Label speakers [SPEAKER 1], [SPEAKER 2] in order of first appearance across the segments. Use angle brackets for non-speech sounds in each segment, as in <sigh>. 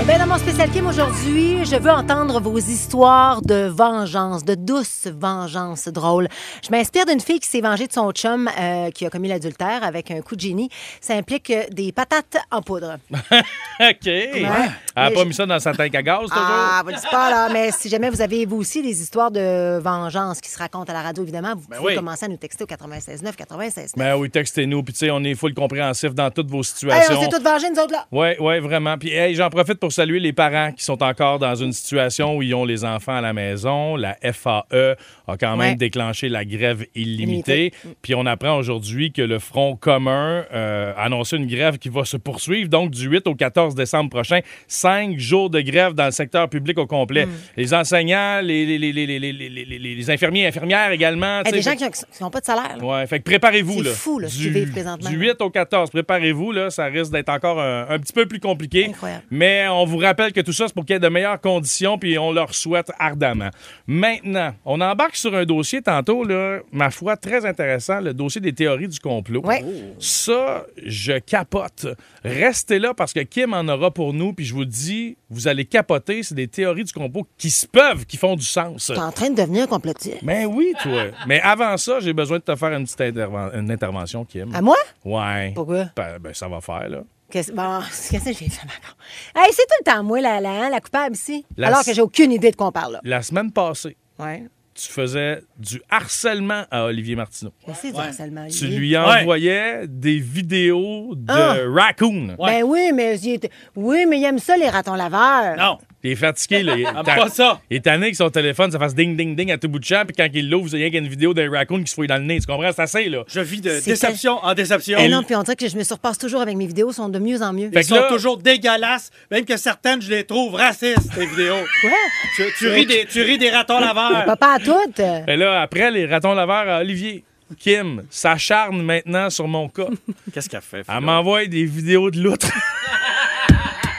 [SPEAKER 1] Eh bien, dans mon spécial Kim aujourd'hui, je veux entendre vos histoires de vengeance, de douce vengeance drôle. Je m'inspire d'une fille qui s'est vengée de son chum euh, qui a commis l'adultère avec un coup de génie. Ça implique euh, des patates en poudre.
[SPEAKER 2] OK. Elle n'a
[SPEAKER 1] Mais
[SPEAKER 2] pas
[SPEAKER 1] je-
[SPEAKER 2] mis ça dans sa tank à gaz, toujours?
[SPEAKER 1] Ah, vous le dites pas, là. Mais si jamais vous avez, vous aussi, des histoires de vengeance qui se racontent à la radio, évidemment, vous pouvez
[SPEAKER 2] oui.
[SPEAKER 1] commencer à nous texter au 96.9, 96.9.
[SPEAKER 2] Ben oui, textez-nous. Puis, tu sais, on est full compréhensif dans toutes vos
[SPEAKER 1] Hey,
[SPEAKER 2] situations.
[SPEAKER 1] on s'est tous vengés, nous autres, là.
[SPEAKER 2] Oui, oui, vraiment. Puis hey, j'en profite pour saluer les parents qui sont encore dans une situation où ils ont les enfants à la maison. La FAE a quand même
[SPEAKER 1] Ouais. Mm.
[SPEAKER 2] déclenché la grève illimitée. Puis on apprend aujourd'hui que le Front commun euh, a annoncé une grève qui va se poursuivre, donc du 8 au 14 décembre prochain. Cinq jours de grève dans le secteur public au complet.
[SPEAKER 1] Mm.
[SPEAKER 2] Les enseignants, les, les, les, les, les, les, les- les- les- les infirmiers et infirmières également.
[SPEAKER 1] Hey,
[SPEAKER 2] tu
[SPEAKER 1] des
[SPEAKER 2] sais,
[SPEAKER 1] gens qui ont- qui n'ont pas de salaire, là.
[SPEAKER 2] Ouais, fait que préparez-vous.
[SPEAKER 1] C'est
[SPEAKER 2] là.
[SPEAKER 1] fou, là, ce
[SPEAKER 2] Du-
[SPEAKER 1] qu'ils vivent présentement.
[SPEAKER 2] Du 8 au 14, préparez-vous. là, Ça risque d'être encore un, un petit peu plus compliqué.
[SPEAKER 1] Incroyable.
[SPEAKER 2] Mais on vous rappelle que tout ça, c'est pour qu'il y ait de meilleures conditions, puis on leur souhaite ardemment. Maintenant, on embarque sur un dossier tantôt, là, ma foi, très intéressant, le dossier des théories du complot.
[SPEAKER 1] Ouais.
[SPEAKER 2] Ça, je capote. Restez là parce que Kim en aura pour nous, puis je vous dis, vous allez capoter. C'est des théories du complot qui se peuvent, qui font du sens.
[SPEAKER 1] T'es en train de devenir un complotiste.
[SPEAKER 2] Ben oui, toi. Mais avant ça, j'ai besoin de te faire une petite interven- une intervention, Kim.
[SPEAKER 1] À moi?
[SPEAKER 2] Ouais.
[SPEAKER 1] Pourquoi?
[SPEAKER 2] Ben, ben, ça va faire, là.
[SPEAKER 1] Qu'est-ce bon, qu'est-ce que j'ai fait, Macron? Hey, c'est tout le temps moi, la, la, hein, la coupable ici.
[SPEAKER 2] La
[SPEAKER 1] alors
[SPEAKER 2] s-
[SPEAKER 1] que j'ai aucune idée de quoi on parle, là.
[SPEAKER 2] La semaine passée,
[SPEAKER 1] Ouais.
[SPEAKER 2] tu faisais du harcèlement à Olivier Martineau.
[SPEAKER 1] Mais c'est du harcèlement,
[SPEAKER 2] Tu
[SPEAKER 1] Olivier.
[SPEAKER 2] lui envoyais des vidéos de
[SPEAKER 1] Ah.
[SPEAKER 2] raccoon.
[SPEAKER 1] Ben oui, mais il est- oui, mais il aime ça, les ratons laveurs.
[SPEAKER 3] Non,
[SPEAKER 2] Il est
[SPEAKER 3] <laughs>
[SPEAKER 2] fatigué, là. Il est
[SPEAKER 3] Ah, pas ça.
[SPEAKER 2] Il est tanné que son téléphone, ça fasse ding-ding-ding à tout bout de champ, puis quand il l'ouvre, c'est rien qu'une vidéo d'un raccoon qui se fouille dans le nez. Tu comprends? C'est assez, là.
[SPEAKER 3] je vis de
[SPEAKER 1] C'est
[SPEAKER 3] déception en déception.
[SPEAKER 1] Eh non, puis on dirait que je me surpasse toujours avec mes vidéos, sont de mieux en mieux.
[SPEAKER 2] Fait
[SPEAKER 3] Ils
[SPEAKER 2] que
[SPEAKER 3] sont
[SPEAKER 2] là-
[SPEAKER 3] toujours dégueulasses, même que certaines, je les trouve racistes, tes vidéos.
[SPEAKER 1] Quoi?
[SPEAKER 3] Tu, tu ris des, tu ris des ratons laveurs.
[SPEAKER 1] Papa à toutes.
[SPEAKER 2] Et là, après, les ratons laveurs à Olivier. Kim s'acharne maintenant sur mon cas.
[SPEAKER 3] Qu'est-ce qu'elle fait?
[SPEAKER 1] <laughs>
[SPEAKER 2] Elle m'envoie des vidéos de l'autre.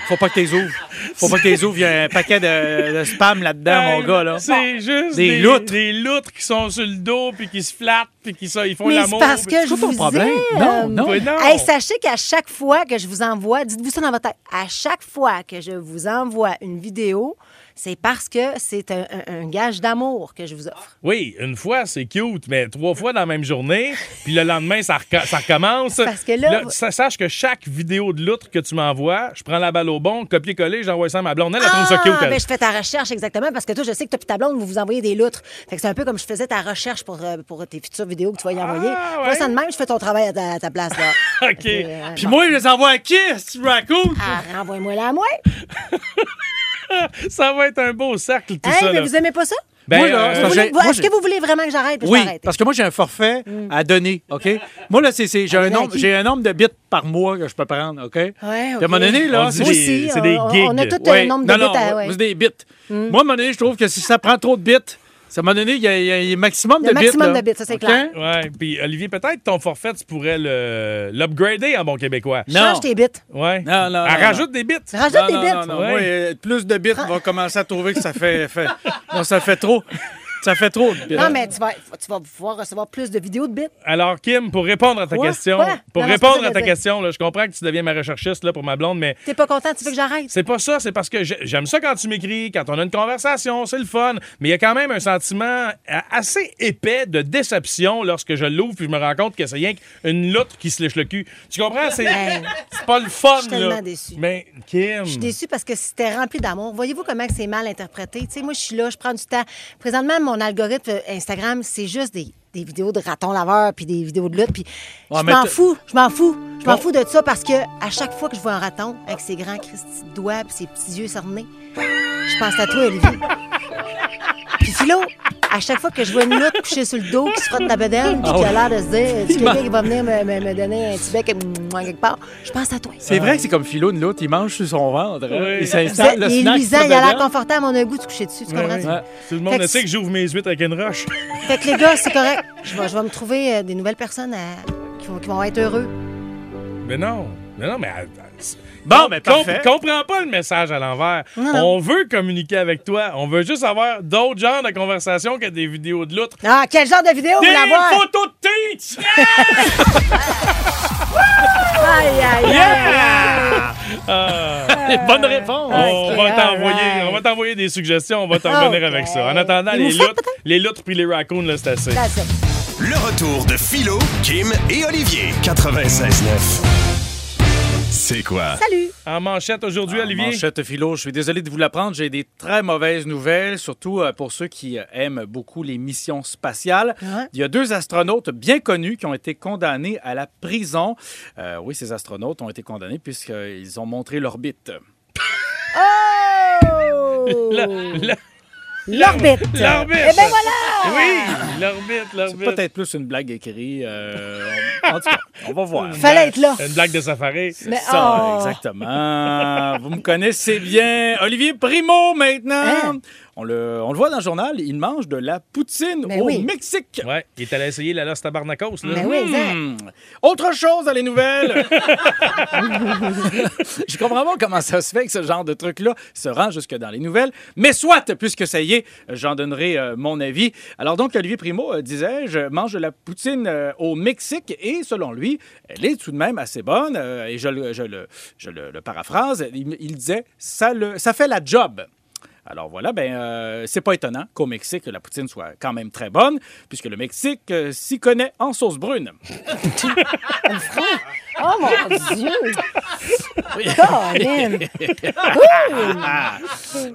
[SPEAKER 3] Faut pas que t'es ouvres. Faut pas que t'es ouvres. Il y a un paquet de, de spam là-dedans, Hein, mon gars. là.
[SPEAKER 2] Euh, C'est juste
[SPEAKER 3] Des
[SPEAKER 2] des,
[SPEAKER 3] loutres.
[SPEAKER 2] des loutres qui sont sur le dos puis qui se flattent puis qui ça, ils font
[SPEAKER 1] Mais c'est
[SPEAKER 2] l'amour.
[SPEAKER 1] parce que je
[SPEAKER 3] quoi ton
[SPEAKER 1] vous
[SPEAKER 3] problème?
[SPEAKER 1] aime.
[SPEAKER 3] Non, non.
[SPEAKER 2] Mais non.
[SPEAKER 1] Hey, sachez qu'à chaque fois que je vous envoie, dites-vous ça dans votre tête, à chaque fois que je vous envoie une vidéo, c'est parce que c'est un, un- un gage d'amour que je vous offre.
[SPEAKER 2] Oui, une fois c'est cute, mais trois fois dans la même journée, puis le lendemain ça, reco- ça recommence.
[SPEAKER 1] Parce que là, vous-
[SPEAKER 2] sa- sache que chaque vidéo de loutre que tu m'envoies, je prends la balle au bon, copier-coller, j'envoie ça à ma blonde, elle, elle trouve ça cute.
[SPEAKER 1] Ah,
[SPEAKER 2] elle.
[SPEAKER 1] ben, je fais ta recherche exactement parce que toi, je sais que toi et ta blonde, vous vous envoyez des loutres. Fait que c'est un peu comme je faisais ta recherche pour, euh, pour tes futures vidéos que tu vas y envoyer.
[SPEAKER 2] Ah,
[SPEAKER 1] Moi,
[SPEAKER 2] ouais.
[SPEAKER 1] ça de même, je fais ton travail à ta, à ta place.
[SPEAKER 3] <laughs>
[SPEAKER 1] Là.
[SPEAKER 2] <laughs> OK.
[SPEAKER 1] Fait que, euh,
[SPEAKER 3] Puis moi, je les envoie à qui, ce raccoon?
[SPEAKER 1] ah, renvoie-moi là à moi.
[SPEAKER 2] Ça va être un beau cercle tout
[SPEAKER 1] Hein,
[SPEAKER 2] ça.
[SPEAKER 1] mais
[SPEAKER 2] là.
[SPEAKER 1] vous aimez pas ça?
[SPEAKER 2] Ben,
[SPEAKER 3] Moi, là,
[SPEAKER 2] euh,
[SPEAKER 3] c'est
[SPEAKER 1] Vous
[SPEAKER 3] parce
[SPEAKER 1] voulez-
[SPEAKER 3] j'ai-
[SPEAKER 1] vous-
[SPEAKER 3] moi,
[SPEAKER 1] Est-ce
[SPEAKER 3] j'ai-
[SPEAKER 1] que vous voulez vraiment que j'arrête? Puis je
[SPEAKER 3] Oui,
[SPEAKER 1] vais arrêter.
[SPEAKER 3] parce que moi, j'ai un forfait à donner, OK? Moi, là, c'est, c'est- j'ai, un
[SPEAKER 1] donner Mm. à
[SPEAKER 3] nombre,
[SPEAKER 1] qui?
[SPEAKER 3] j'ai un nombre de bits par mois que je peux prendre, OK? Puis
[SPEAKER 1] OK.
[SPEAKER 3] À un moment donné, là,
[SPEAKER 2] On dit
[SPEAKER 3] c'est
[SPEAKER 1] Moi
[SPEAKER 2] des-
[SPEAKER 1] aussi,
[SPEAKER 2] c'est des
[SPEAKER 1] on- on a
[SPEAKER 2] gigs.
[SPEAKER 1] tout un
[SPEAKER 3] Ouais,
[SPEAKER 1] nombre de
[SPEAKER 3] non,
[SPEAKER 1] bits
[SPEAKER 3] non,
[SPEAKER 1] à...
[SPEAKER 3] moi,
[SPEAKER 1] ouais. Mm.
[SPEAKER 3] c'est des bits. Moi, à un moment donné, je trouve que si ça prend trop de bits, ça, à un moment donné, il y a- il y, a un maximum
[SPEAKER 1] Le
[SPEAKER 3] de bits.
[SPEAKER 1] maximum
[SPEAKER 3] là.
[SPEAKER 1] de bits, ça, c'est
[SPEAKER 3] OK?
[SPEAKER 1] clair.
[SPEAKER 2] Ouais, puis Olivier, peut-être ton forfait, tu pourrais le- l'upgrader en bon québécois.
[SPEAKER 3] Non.
[SPEAKER 1] Change tes bits.
[SPEAKER 2] Ouais.
[SPEAKER 3] Non, non,
[SPEAKER 2] Elle
[SPEAKER 3] non,
[SPEAKER 2] rajoute des bits.
[SPEAKER 1] Rajoute
[SPEAKER 3] Non,
[SPEAKER 1] des
[SPEAKER 3] non,
[SPEAKER 1] bits.
[SPEAKER 3] non, non.
[SPEAKER 2] Ouais.
[SPEAKER 3] Moi, euh, plus de bits, on va commencer à trouver que ça fait, fait- non, ça fait trop. Ça fait trop de bits.
[SPEAKER 1] Non, mais tu vas, tu vas pouvoir recevoir plus de vidéos de bits.
[SPEAKER 2] Alors, Kim, pour répondre à ta
[SPEAKER 1] Quoi?
[SPEAKER 2] question,
[SPEAKER 1] Quoi?
[SPEAKER 2] pour
[SPEAKER 1] Non, non, c'est
[SPEAKER 2] répondre
[SPEAKER 1] pas
[SPEAKER 2] à ta
[SPEAKER 1] vrai.
[SPEAKER 2] question, là, je comprends que tu deviens ma recherchiste là, pour ma blonde, mais
[SPEAKER 1] T'es pas content, tu veux que j'arrête?
[SPEAKER 2] c'est pas ça. C'est parce que j'ai- j'aime ça quand tu m'écris, quand on a une conversation, c'est le fun. Mais il y a quand même un sentiment euh, assez épais de déception lorsque je l'ouvre puis je me rends compte que c'est rien qu'une loutre qui se lèche le cul. Tu comprends? C'est
[SPEAKER 1] Hey.
[SPEAKER 2] c'est pas le fun.
[SPEAKER 1] Je suis tellement
[SPEAKER 2] là.
[SPEAKER 1] déçue.
[SPEAKER 2] Mais Kim.
[SPEAKER 1] Je suis déçue parce que c'était rempli d'amour. Voyez-vous comment que c'est mal interprété? Tu sais, moi, je suis là, je prends du temps. Présentement, mon algorithme euh, Instagram, c'est juste des, des vidéos de ratons laveurs puis des vidéos de lutte. Puis
[SPEAKER 3] Ouais,
[SPEAKER 1] je
[SPEAKER 3] mais
[SPEAKER 1] m'en
[SPEAKER 3] t'as-
[SPEAKER 1] fous, je m'en fous. Je m'en
[SPEAKER 2] Bon.
[SPEAKER 1] fous de ça parce que à chaque fois que je vois un raton avec ses grands cristis de doigts puis ses petits yeux cernés, je pense à toi, Olivier.
[SPEAKER 3] <laughs>
[SPEAKER 1] Puis Philo, à chaque fois que je vois une lutte couchée sur le dos qui se frotte la bedaine
[SPEAKER 3] Ah
[SPEAKER 1] puis qui a l'air de se dire, tu quelqu'un qui va venir me, me- me donner un petit bec euh, quelque part, je pense à toi.
[SPEAKER 3] C'est vrai que c'est comme Philo de l'autre, il mange sur son ventre. hein.
[SPEAKER 2] Oui.
[SPEAKER 3] Il
[SPEAKER 1] Vous êtes-
[SPEAKER 3] s'installe, le
[SPEAKER 1] il est
[SPEAKER 3] snack.
[SPEAKER 1] luisant,
[SPEAKER 3] ça
[SPEAKER 1] il a l'air
[SPEAKER 3] dedans.
[SPEAKER 1] confortable, on a le goût de se coucher dessus, tu
[SPEAKER 2] Ouais,
[SPEAKER 1] comprends?
[SPEAKER 2] ouais.
[SPEAKER 1] ça?
[SPEAKER 2] Tout le monde
[SPEAKER 1] Fait que
[SPEAKER 2] sait que j'ouvre mes huîtres avec une roche.
[SPEAKER 1] Fait que les gars, c'est correct. Je vais, je vais me euh, trouver euh, des nouvelles personnes à- qui, vont, qui vont être heureux.
[SPEAKER 2] Mais non, mais non, mais euh,
[SPEAKER 3] Bon, mais
[SPEAKER 2] Com-
[SPEAKER 3] parfait.
[SPEAKER 2] comprends pas le message à l'envers. On veut communiquer avec toi. On veut juste avoir d'autres genres de conversations que des vidéos de l'autre.
[SPEAKER 1] Ah, quel genre de vidéo vous
[SPEAKER 2] Des
[SPEAKER 1] la voir?
[SPEAKER 2] photos de tits!
[SPEAKER 1] Aïe, aïe, aïe.
[SPEAKER 3] Bonne réponse.
[SPEAKER 2] Ah. On
[SPEAKER 1] Ok,
[SPEAKER 2] va
[SPEAKER 1] alright.
[SPEAKER 2] t'envoyer, on va t'envoyer des suggestions, on va t'en
[SPEAKER 1] Ah,
[SPEAKER 2] revenir
[SPEAKER 1] ok.
[SPEAKER 2] avec ça. En attendant,
[SPEAKER 1] Vous
[SPEAKER 2] les
[SPEAKER 1] faites
[SPEAKER 2] loutres, les loutres puis les raccoons, là, c'est assez.
[SPEAKER 1] That's it.
[SPEAKER 4] Le retour de Philo, Kim et Olivier. 96.9. C'est quoi?
[SPEAKER 1] Salut.
[SPEAKER 2] En manchette aujourd'hui, Olivier.
[SPEAKER 3] Manchette philo, je suis désolé de vous l'apprendre, j'ai des très mauvaises nouvelles, surtout euh, pour ceux qui euh, aiment beaucoup les missions spatiales.
[SPEAKER 1] Ouais.
[SPEAKER 3] Il y a deux astronautes bien connus qui ont été condamnés à la prison. Euh, oui, ces astronautes ont été condamnés puisqu'ils ont montré l'orbite.
[SPEAKER 1] Oh!
[SPEAKER 2] La- la-
[SPEAKER 1] L'orbite.
[SPEAKER 2] L'orbite.
[SPEAKER 1] Eh ben voilà.
[SPEAKER 2] Oui, l'orbite,
[SPEAKER 3] C'est
[SPEAKER 2] l'orbite.
[SPEAKER 3] peut-être plus une blague écrite. euh, en tout cas, on va
[SPEAKER 1] <laughs>
[SPEAKER 3] voir.
[SPEAKER 1] Fallait être là.
[SPEAKER 2] Une blague de safari.
[SPEAKER 1] Mais
[SPEAKER 3] Ça,
[SPEAKER 1] oh.
[SPEAKER 3] exactement. Vous me connaissez bien. Olivier Primo, maintenant.
[SPEAKER 1] Hein?
[SPEAKER 3] On, le, on le voit dans le journal, il mange de la poutine
[SPEAKER 1] Mais
[SPEAKER 3] au
[SPEAKER 1] oui.
[SPEAKER 3] Mexique.
[SPEAKER 2] Ouais, il est allé essayer la Los Tabarnakos,
[SPEAKER 1] Mais
[SPEAKER 2] là.
[SPEAKER 1] Ben oui, exact.
[SPEAKER 3] Hmm. Autre chose à les nouvelles. Je comprends pas comment ça se fait que ce genre de truc-là se rend jusque dans les nouvelles. Mais soit, puisque ça y est, j'en donnerai euh, mon avis. Alors donc, Olivier Primo euh, disait, je mange de la poutine euh, au Mexique et selon lui, elle est tout de même assez bonne. euh, et je, le- je le, je le- le paraphrase, il, il disait, ça, le- ça fait la job. Alors voilà, ben euh, c'est pas étonnant qu'au Mexique la poutine soit quand même très bonne, puisque le Mexique euh, s'y connaît en sauce brune.
[SPEAKER 1] Oh mon Dieu. Colin.
[SPEAKER 2] <laughs>
[SPEAKER 3] Un homme,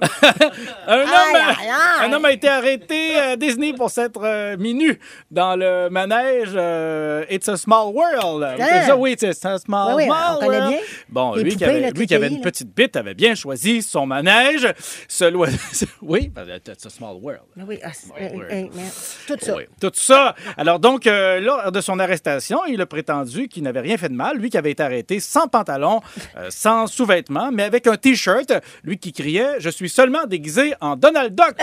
[SPEAKER 1] Aïe, aïe, aïe.
[SPEAKER 3] un homme a été arrêté à Disney pour s'être euh, mis nu dans le manège euh, It's a Small World.
[SPEAKER 1] Hein?
[SPEAKER 3] Ça, oui, it's a Small
[SPEAKER 1] Oui, oui, on
[SPEAKER 3] World.
[SPEAKER 1] connaît bien.
[SPEAKER 3] Bon,
[SPEAKER 1] Les
[SPEAKER 3] lui,
[SPEAKER 1] poupées,
[SPEAKER 3] qui avait,
[SPEAKER 1] là,
[SPEAKER 3] lui
[SPEAKER 1] tout
[SPEAKER 3] qui avait
[SPEAKER 1] pays,
[SPEAKER 3] une
[SPEAKER 1] là.
[SPEAKER 3] petite bite avait bien choisi son manège. Ce loi- <laughs> oui, ben, It's a Small World.
[SPEAKER 1] Mais oui, ah, c'est- euh, euh, mais tout ça.
[SPEAKER 3] Oui, tout ça. Alors donc, euh, lors de son arrestation, il a prétendu qu'il n'avait rien fait de mal, lui qui avait été arrêté sans pantalon, euh, sans sous-vêtements, mais avec un T-shirt, lui qui criait « Je suis seulement déguisé en Donald Duck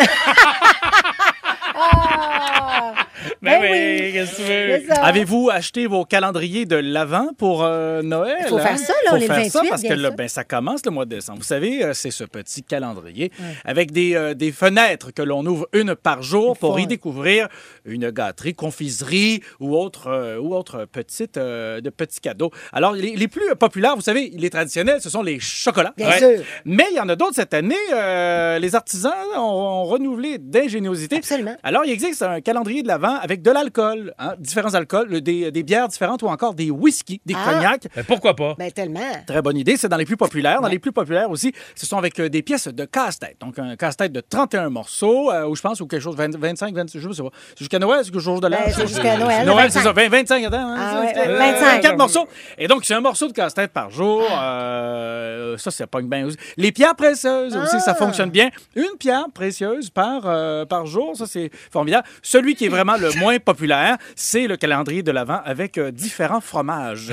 [SPEAKER 1] Ben
[SPEAKER 2] Ben oui,
[SPEAKER 1] oui.
[SPEAKER 2] qu'est-ce que tu
[SPEAKER 1] C'est !»
[SPEAKER 2] veux?
[SPEAKER 1] ça.
[SPEAKER 3] Avez-vous acheté vos calendriers de l'Avent pour euh, Noël?
[SPEAKER 1] Faut faire ça, là,
[SPEAKER 3] Faut
[SPEAKER 1] on est le
[SPEAKER 3] faire ça
[SPEAKER 1] 28,
[SPEAKER 3] parce que
[SPEAKER 1] bien
[SPEAKER 3] là,
[SPEAKER 1] sûr.
[SPEAKER 3] ben, ça commence le mois de décembre. Vous savez, euh, c'est ce petit calendrier avec des, euh, des fenêtres que l'on ouvre une par jour pour y
[SPEAKER 1] fun.
[SPEAKER 3] découvrir une gâterie, confiserie ou autre, euh, ou autre petite, euh, de petits cadeaux. Alors, les, les plus populaires, vous savez, les traditionnels, ce sont les chocolats.
[SPEAKER 1] Bien sûr.
[SPEAKER 3] Mais il y en a d'autres cette année. euh, les artisans ont, ont renouvelé d'ingéniosité.
[SPEAKER 1] Absolument.
[SPEAKER 3] Alors, il existe un calendrier de l'Avent avec de l'alcool, hein, différents alcools, le- des, des bières différentes ou encore des whisky, des
[SPEAKER 1] Ah.
[SPEAKER 3] cognacs.
[SPEAKER 2] Ben pourquoi pas?
[SPEAKER 1] Ben tellement.
[SPEAKER 3] Très bonne idée. C'est dans les plus populaires. Dans les plus populaires aussi, ce sont avec euh, des pièces de casse-tête. Donc, un casse-tête de 31 morceaux, euh, ou je pense, ou quelque chose, 20, 25, 26, je sais pas. C'est jusqu'à Noël, c'est jusqu'au jour de l'an.
[SPEAKER 1] Ben, c'est jusqu'à Noël,
[SPEAKER 3] Noël,
[SPEAKER 1] 25.
[SPEAKER 3] c'est ça. 20, 25, attends. hein,
[SPEAKER 1] Ah
[SPEAKER 3] c'est-
[SPEAKER 1] ouais,
[SPEAKER 3] euh,
[SPEAKER 1] 25.
[SPEAKER 3] 24 morceaux. Et donc, c'est un morceau de casse-tête par jour.
[SPEAKER 1] Ah.
[SPEAKER 3] Euh, ça, ça pogne bien aussi. Les pierres précieuses aussi,
[SPEAKER 1] Ah.
[SPEAKER 3] ça fonctionne bien. Une pierre précieuse par, euh, par jour, ça, c'est formidable. Celui qui est vraiment le moins populaire, c'est le calendrier de l'Avent avec euh, différents fromages.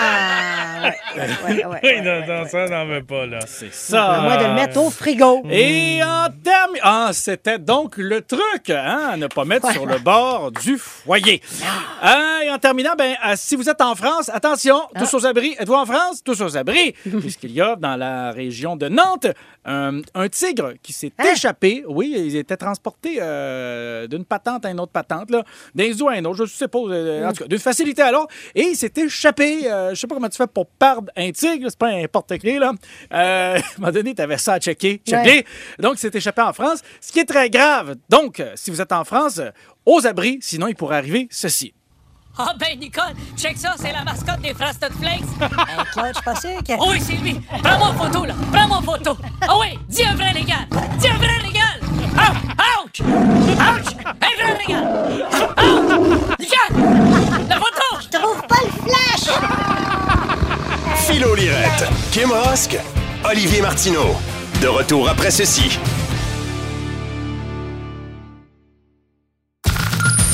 [SPEAKER 1] Ah, ouais, ouais, ouais,
[SPEAKER 2] Oui,
[SPEAKER 1] ouais,
[SPEAKER 2] non,
[SPEAKER 1] ouais,
[SPEAKER 2] non,
[SPEAKER 1] ouais.
[SPEAKER 2] ça, Ah. n'en veut pas, là.
[SPEAKER 3] C'est
[SPEAKER 1] À
[SPEAKER 3] ça.
[SPEAKER 1] moins de le mettre au frigo.
[SPEAKER 3] Et en termes... Ah, c'était donc le truc, hein, à ne pas mettre sur le bord du foyer. Ah, et en terminant, ben, ah, si vous êtes en France, attention, tous aux abris. Êtes-vous en France? Tous aux abris. Puisqu'il y a dans la région de Nantes un, un tigre qui s'est échappé. Oui, il était transporté euh, d'une patente à une autre patente, là, d'un zoo à un autre, je suppose, euh, en tout cas, d'une facilité à l'autre. Et il s'est échappé. euh, je sais pas comment tu fais pour perdre un tigre, là, c'est pas un porte-clés, là. Euh, <laughs> à un moment donné, tu avais ça à checker. checker.
[SPEAKER 1] Ouais.
[SPEAKER 3] Donc, c'est échappé en France, ce qui est très grave. Donc, euh, si vous êtes en France, euh, aux abris, sinon il pourrait arriver ceci.
[SPEAKER 5] Ah ben Nicole, check ça, c'est la mascotte des Frosted Flakes.
[SPEAKER 1] Ben, Claude, je suis pas sûre que...
[SPEAKER 5] Oh oui, c'est lui. Prends mon photo là, prends mon photo. Ah oui, dis un vrai légal, dis un vrai légal. Ouch, ouch, ouch, un vrai légal. Ouch, Nicole, la photo.
[SPEAKER 1] Trouve pas le flash!
[SPEAKER 4] Philo Lirette, Kim Rosk, Olivier Martineau. De retour après ceci.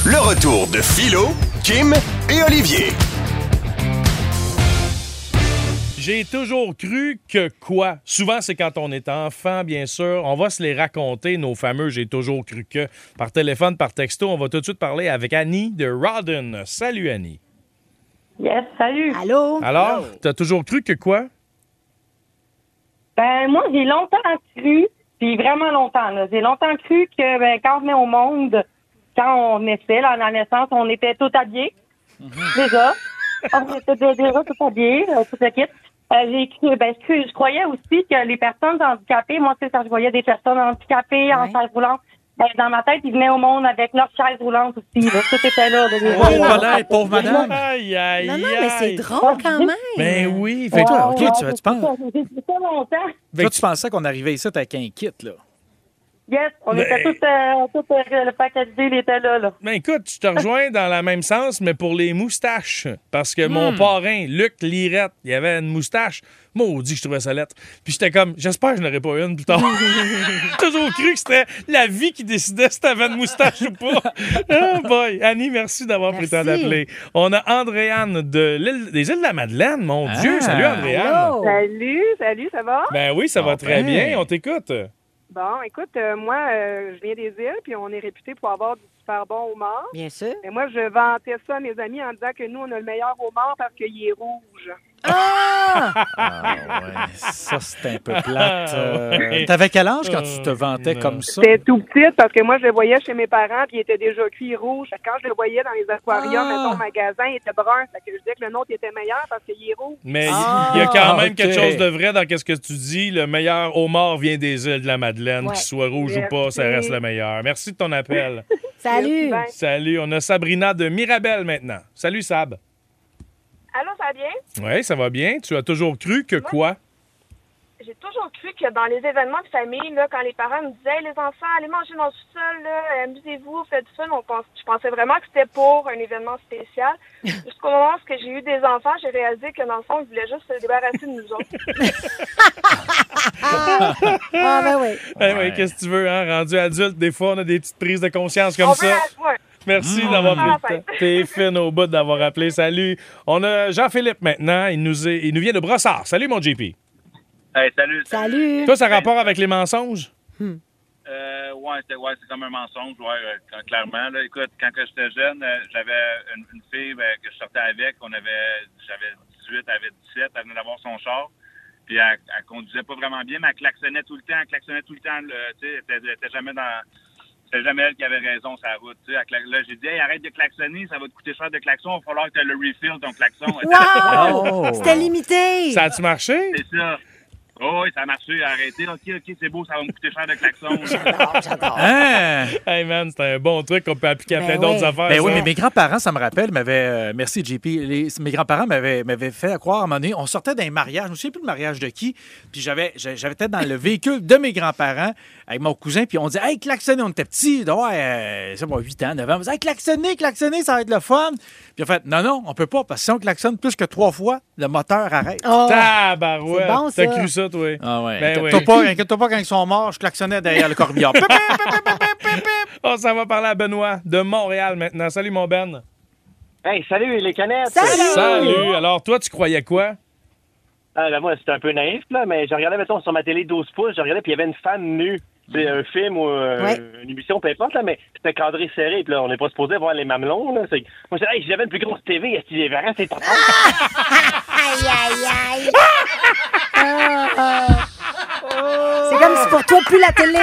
[SPEAKER 4] Le retour de Philo, Kim et Olivier.
[SPEAKER 2] J'ai toujours cru que quoi? Souvent, c'est quand on est enfant, bien sûr. On va se les raconter, nos fameux j'ai toujours cru que. Par téléphone, par texto, on va tout de suite parler avec Annie de Rodden. Salut, Annie.
[SPEAKER 6] Yes, salut.
[SPEAKER 1] Allô?
[SPEAKER 2] Alors, t'as toujours cru que quoi?
[SPEAKER 6] Ben, moi, j'ai longtemps cru, puis vraiment longtemps, là, j'ai longtemps cru que ben, quand on est au monde, quand on naissait, là, à la naissance, on était tout habillés.
[SPEAKER 3] Mhm.
[SPEAKER 6] Déjà. On était dé- déjà tout habillés, euh, tout le kit. Euh, j'ai cru, ben, je, cru- je croyais aussi que les personnes handicapées, moi, c'est quand je voyais des personnes handicapées en
[SPEAKER 1] Ouais.
[SPEAKER 6] chaise roulante, ben, dans ma tête, ils venaient au monde avec leur chaise roulante aussi. Là. Tout était là. de nouveau.
[SPEAKER 3] Oh, voilà, et pauvre madame.
[SPEAKER 2] Aïe, aïe,
[SPEAKER 1] Non, non, mais c'est
[SPEAKER 2] aïe.
[SPEAKER 1] drôle quand même.
[SPEAKER 2] Ben oui, fait que-
[SPEAKER 3] toi, ok, tu- tu penses-
[SPEAKER 6] J'ai dit ça longtemps.
[SPEAKER 3] Toi, tu pensais qu'on arrivait ici avec un kit, là.
[SPEAKER 6] Yes, on
[SPEAKER 2] Mais-
[SPEAKER 6] était tous, euh, tous, euh, le paquet de deals était là, là.
[SPEAKER 2] Ben écoute, tu te rejoins dans le même sens, mais pour les moustaches. Parce que mon parrain, Luc Lirette, il avait une moustache. Maudit, que je trouvais ça lettre. Puis j'étais comme, j'espère que je n'aurai pas une plus tard. J'ai toujours cru que c'était la vie qui décidait si t'avais une moustache ou pas. Oh boy. Annie, merci d'avoir pris le temps
[SPEAKER 1] Merci.
[SPEAKER 2] d'appeler. On a Andréane de l'île- des îles de la Madeleine. Mon
[SPEAKER 3] Ah.
[SPEAKER 2] Dieu, salut Andréane.
[SPEAKER 1] Allô?
[SPEAKER 7] Oh. Salut, salut, ça va?
[SPEAKER 2] Ben oui, ça va très bien. On t'écoute.
[SPEAKER 7] Bon, écoute, euh, moi, euh, je viens des îles, puis on est réputé pour avoir du super bon homard.
[SPEAKER 1] Bien sûr.
[SPEAKER 7] Mais moi, je vantais ça à mes amis en disant que nous, on a le meilleur homard parce qu'il est rouge.
[SPEAKER 1] Ah!
[SPEAKER 3] Ça, c'est un peu plate. euh.
[SPEAKER 2] Ouais.
[SPEAKER 3] T'avais quel âge quand tu te vantais
[SPEAKER 2] Non.
[SPEAKER 3] comme ça?
[SPEAKER 7] C'était tout petit parce que moi, je le voyais chez mes parents, puis il était déjà cuit rouge. Fait que Quand je le voyais dans les aquariums,
[SPEAKER 3] Ah.
[SPEAKER 7] mettons, au magasin, il était brun. Fait que je disais que le nôtre était meilleur parce qu'il est rouge.
[SPEAKER 2] Mais il
[SPEAKER 3] Ah,
[SPEAKER 2] il y a quand même
[SPEAKER 3] ok.
[SPEAKER 2] quelque chose de vrai dans ce que tu dis. Le meilleur homard vient des îles de la Madeleine.
[SPEAKER 1] Ouais.
[SPEAKER 2] Qu'il soit rouge ou pas,
[SPEAKER 7] Merci.
[SPEAKER 2] ça reste le meilleur. Merci de ton appel.
[SPEAKER 1] Salut!
[SPEAKER 7] Merci, bye.
[SPEAKER 2] Salut, on a Sabrina de Mirabel maintenant. Salut Sab.
[SPEAKER 7] Allô, ça va bien?
[SPEAKER 2] Oui, ça va bien. Tu as toujours cru que quoi?
[SPEAKER 7] j'ai toujours cru que dans les événements de famille, là, quand les parents me disaient Hey, les enfants, allez manger dans le sous-sol, là, amusez-vous, faites du fun, on pense, je pensais vraiment que c'était pour un événement
[SPEAKER 2] <laughs>
[SPEAKER 7] spécial. Jusqu'au moment où j'ai eu des enfants, j'ai réalisé que dans le fond, ils voulaient juste se débarrasser de nous autres.
[SPEAKER 1] Ah, ben oui.
[SPEAKER 2] Eh oui, qu'est-ce que tu veux, hein? Rendu adulte, des fois, on a des petites prises de conscience <laughs> comme
[SPEAKER 7] on
[SPEAKER 2] ça.
[SPEAKER 7] veut
[SPEAKER 2] <laughs>
[SPEAKER 7] la- ouais.
[SPEAKER 2] Merci d'avoir
[SPEAKER 7] Ah,
[SPEAKER 2] pris le temps.
[SPEAKER 7] ben.
[SPEAKER 2] T'es fine au bout d'avoir appelé. Salut. On a Jean-Philippe maintenant. Il nous, est- il nous vient de Brossard. Salut, mon JP.
[SPEAKER 8] Hey, salut.
[SPEAKER 1] Salut!
[SPEAKER 2] Toi, ça a rapport avec les mensonges?
[SPEAKER 8] Euh, ouais, c'est ouais, c'est comme un mensonge, ouais, euh, cl- clairement. Là, écoute, quand que j'étais jeune, euh, j'avais une, une fille ben, que je sortais avec. On avait, j'avais 18, elle avait 17, elle venait d'avoir son char. Puis elle, elle conduisait pas vraiment bien, mais elle klaxonnait tout le temps, elle klaxonnait tout le temps. là, Tu sais, elle était- elle était jamais dans. C'était jamais elle qui avait raison sa route. tu sais. Elle cla- Là, j'ai dit, hey, arrête de klaxonner, ça va te coûter cher de klaxon, il va falloir que tu le refill ton klaxon. Elle était-
[SPEAKER 1] Wow!
[SPEAKER 3] Oh.
[SPEAKER 1] C'était limité!
[SPEAKER 2] Ça a-tu marché?
[SPEAKER 8] <laughs> C'est ça. Oh, oui, ça a marché, arrêtez. OK, OK, c'est beau, ça va me coûter cher de klaxon.
[SPEAKER 1] J'adore, j'adore.
[SPEAKER 3] Hein?
[SPEAKER 2] Hey man, c'est un bon truc qu'on peut appliquer à
[SPEAKER 1] Ben
[SPEAKER 2] plein d'autres
[SPEAKER 1] oui.
[SPEAKER 2] affaires.
[SPEAKER 3] Ben oui,
[SPEAKER 2] Ah, ça.
[SPEAKER 3] mais mes grands-parents, ça me rappelle, m'avaient. euh, merci, JP. Les- mes grands-parents m'avaient, m'avaient fait croire à un moment donné, on sortait d'un mariage, je ne sais plus le mariage de qui, puis j'avais, j'a- j'avais peut-être
[SPEAKER 2] <laughs>
[SPEAKER 3] dans le véhicule de mes grands-parents avec mon cousin, puis on disait, hey, klaxonner, on était petits, ouais, c'est bon, 8 ans, 9 ans, on disait, hey, klaxonner, klaxonner, ça va être le fun. Puis en fait, non, non, on peut pas, parce que si on klaxonne plus que trois fois, le moteur arrête.
[SPEAKER 1] Oh,
[SPEAKER 2] Tabarouette.
[SPEAKER 1] C'est bon, ça.
[SPEAKER 2] T'as cru ça, toi?
[SPEAKER 3] Ah ouais.
[SPEAKER 2] Ben
[SPEAKER 3] inquiète-toi
[SPEAKER 2] oui.
[SPEAKER 3] pas, inquiète-toi pas quand ils sont morts, je klaxonnais derrière le
[SPEAKER 2] <laughs>
[SPEAKER 3] corbillard. Ben Pip, pip, pip, pip, pip, pip, pip.
[SPEAKER 2] On s'en Ah, va parler à Benoît de Montréal maintenant. Salut, mon Ben.
[SPEAKER 9] Hey, salut les canettes!
[SPEAKER 1] Salut!
[SPEAKER 2] Salut. Alors, toi, tu croyais quoi?
[SPEAKER 9] Ah, là, moi, c'était un peu naïf, là, mais je regardais, mettons, sur ma télé 12 pouces, je regardais, puis il y avait une femme nue. C'est
[SPEAKER 10] Mm.
[SPEAKER 9] un film ou euh,
[SPEAKER 1] Ouais.
[SPEAKER 9] une émission, peu importe, là, mais c'était cadré serré, puis là, on n'est pas supposé voir les mamelons, là. C'est- Moi, j'ai hey, si j'avais une plus grosse TV, est-ce qu'il est vrai? C'est
[SPEAKER 1] Aïe, aïe, aïe! Ah, ah. C'est comme si pour toi, plus la télé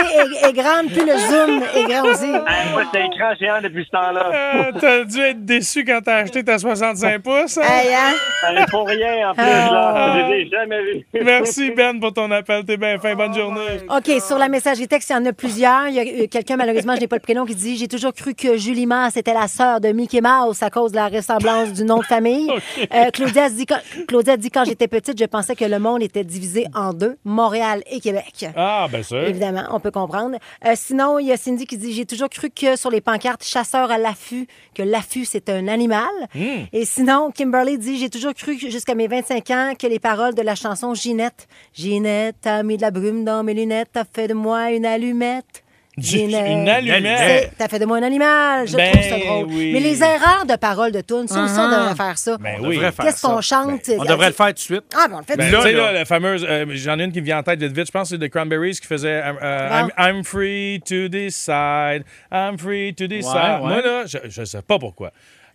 [SPEAKER 1] est, est grande, plus le zoom est grand aussi.
[SPEAKER 9] Hey, moi, c'était Ah, écran géant depuis ce temps-là.
[SPEAKER 2] Euh, t'as dû être déçu quand t'as acheté ta 65 pouces. hein?
[SPEAKER 1] Aïe, hein?
[SPEAKER 9] Ça n'est pour rien, en plus, là. Je l'ai jamais vu.
[SPEAKER 2] Merci, Ben, pour ton appel. T'es bien fin. Bonne journée.
[SPEAKER 1] OK, sur la messagerie texte, il y en a plusieurs. Il y a euh, quelqu'un, malheureusement, je n'ai pas le prénom, qui dit J'ai toujours cru que Julie Mars était la sœur de Mickey Mouse à cause de la ressemblance du nom de famille. Euh, Claudia, dit, quand- Claudia dit Quand j'étais petite, je pensais que le monde était divisé en deux, Montréal et Québec.
[SPEAKER 2] Ah, ben sûr.
[SPEAKER 1] Évidemment, on peut comprendre. Euh, sinon, il y a Cindy qui dit J'ai toujours cru que sur les pancartes chasseur à l'affût, que l'affût, c'est un animal.
[SPEAKER 2] Hmm.
[SPEAKER 1] Et sinon, Kimberly dit J'ai toujours cru jusqu'à mes 25 ans que les paroles de la chanson Ginette, Ginette a mis de la brume dans mes lunettes, t'as fait de moi une allumette. Ginette.
[SPEAKER 2] Une allumette.
[SPEAKER 1] C'est- T'as fait de moi un animal, je
[SPEAKER 2] Ben
[SPEAKER 1] trouve ça drôle.
[SPEAKER 2] oui.
[SPEAKER 1] Mais les erreurs de paroles de tunes, ça aussi, on devrait faire ça.
[SPEAKER 2] Ben
[SPEAKER 3] On
[SPEAKER 2] oui.
[SPEAKER 3] devrait faire
[SPEAKER 1] Qu'est-ce
[SPEAKER 3] ça. Ben,
[SPEAKER 1] qu'on chante
[SPEAKER 3] On devrait le faire tout de suite.
[SPEAKER 1] Ah, ben on le fait
[SPEAKER 2] Ben,
[SPEAKER 1] tout
[SPEAKER 2] tu
[SPEAKER 1] de
[SPEAKER 2] sais,
[SPEAKER 1] suite.
[SPEAKER 2] là, la fameuse. euh, J'en ai une qui me vient en tête vite vite. Je pense que c'est de Cranberries qui faisait euh, euh,
[SPEAKER 1] Bon.
[SPEAKER 2] I'm, I'm free to decide. I'm free to
[SPEAKER 3] Ouais,
[SPEAKER 2] decide.
[SPEAKER 3] ouais.
[SPEAKER 2] Moi, là, je, je sais pas pourquoi.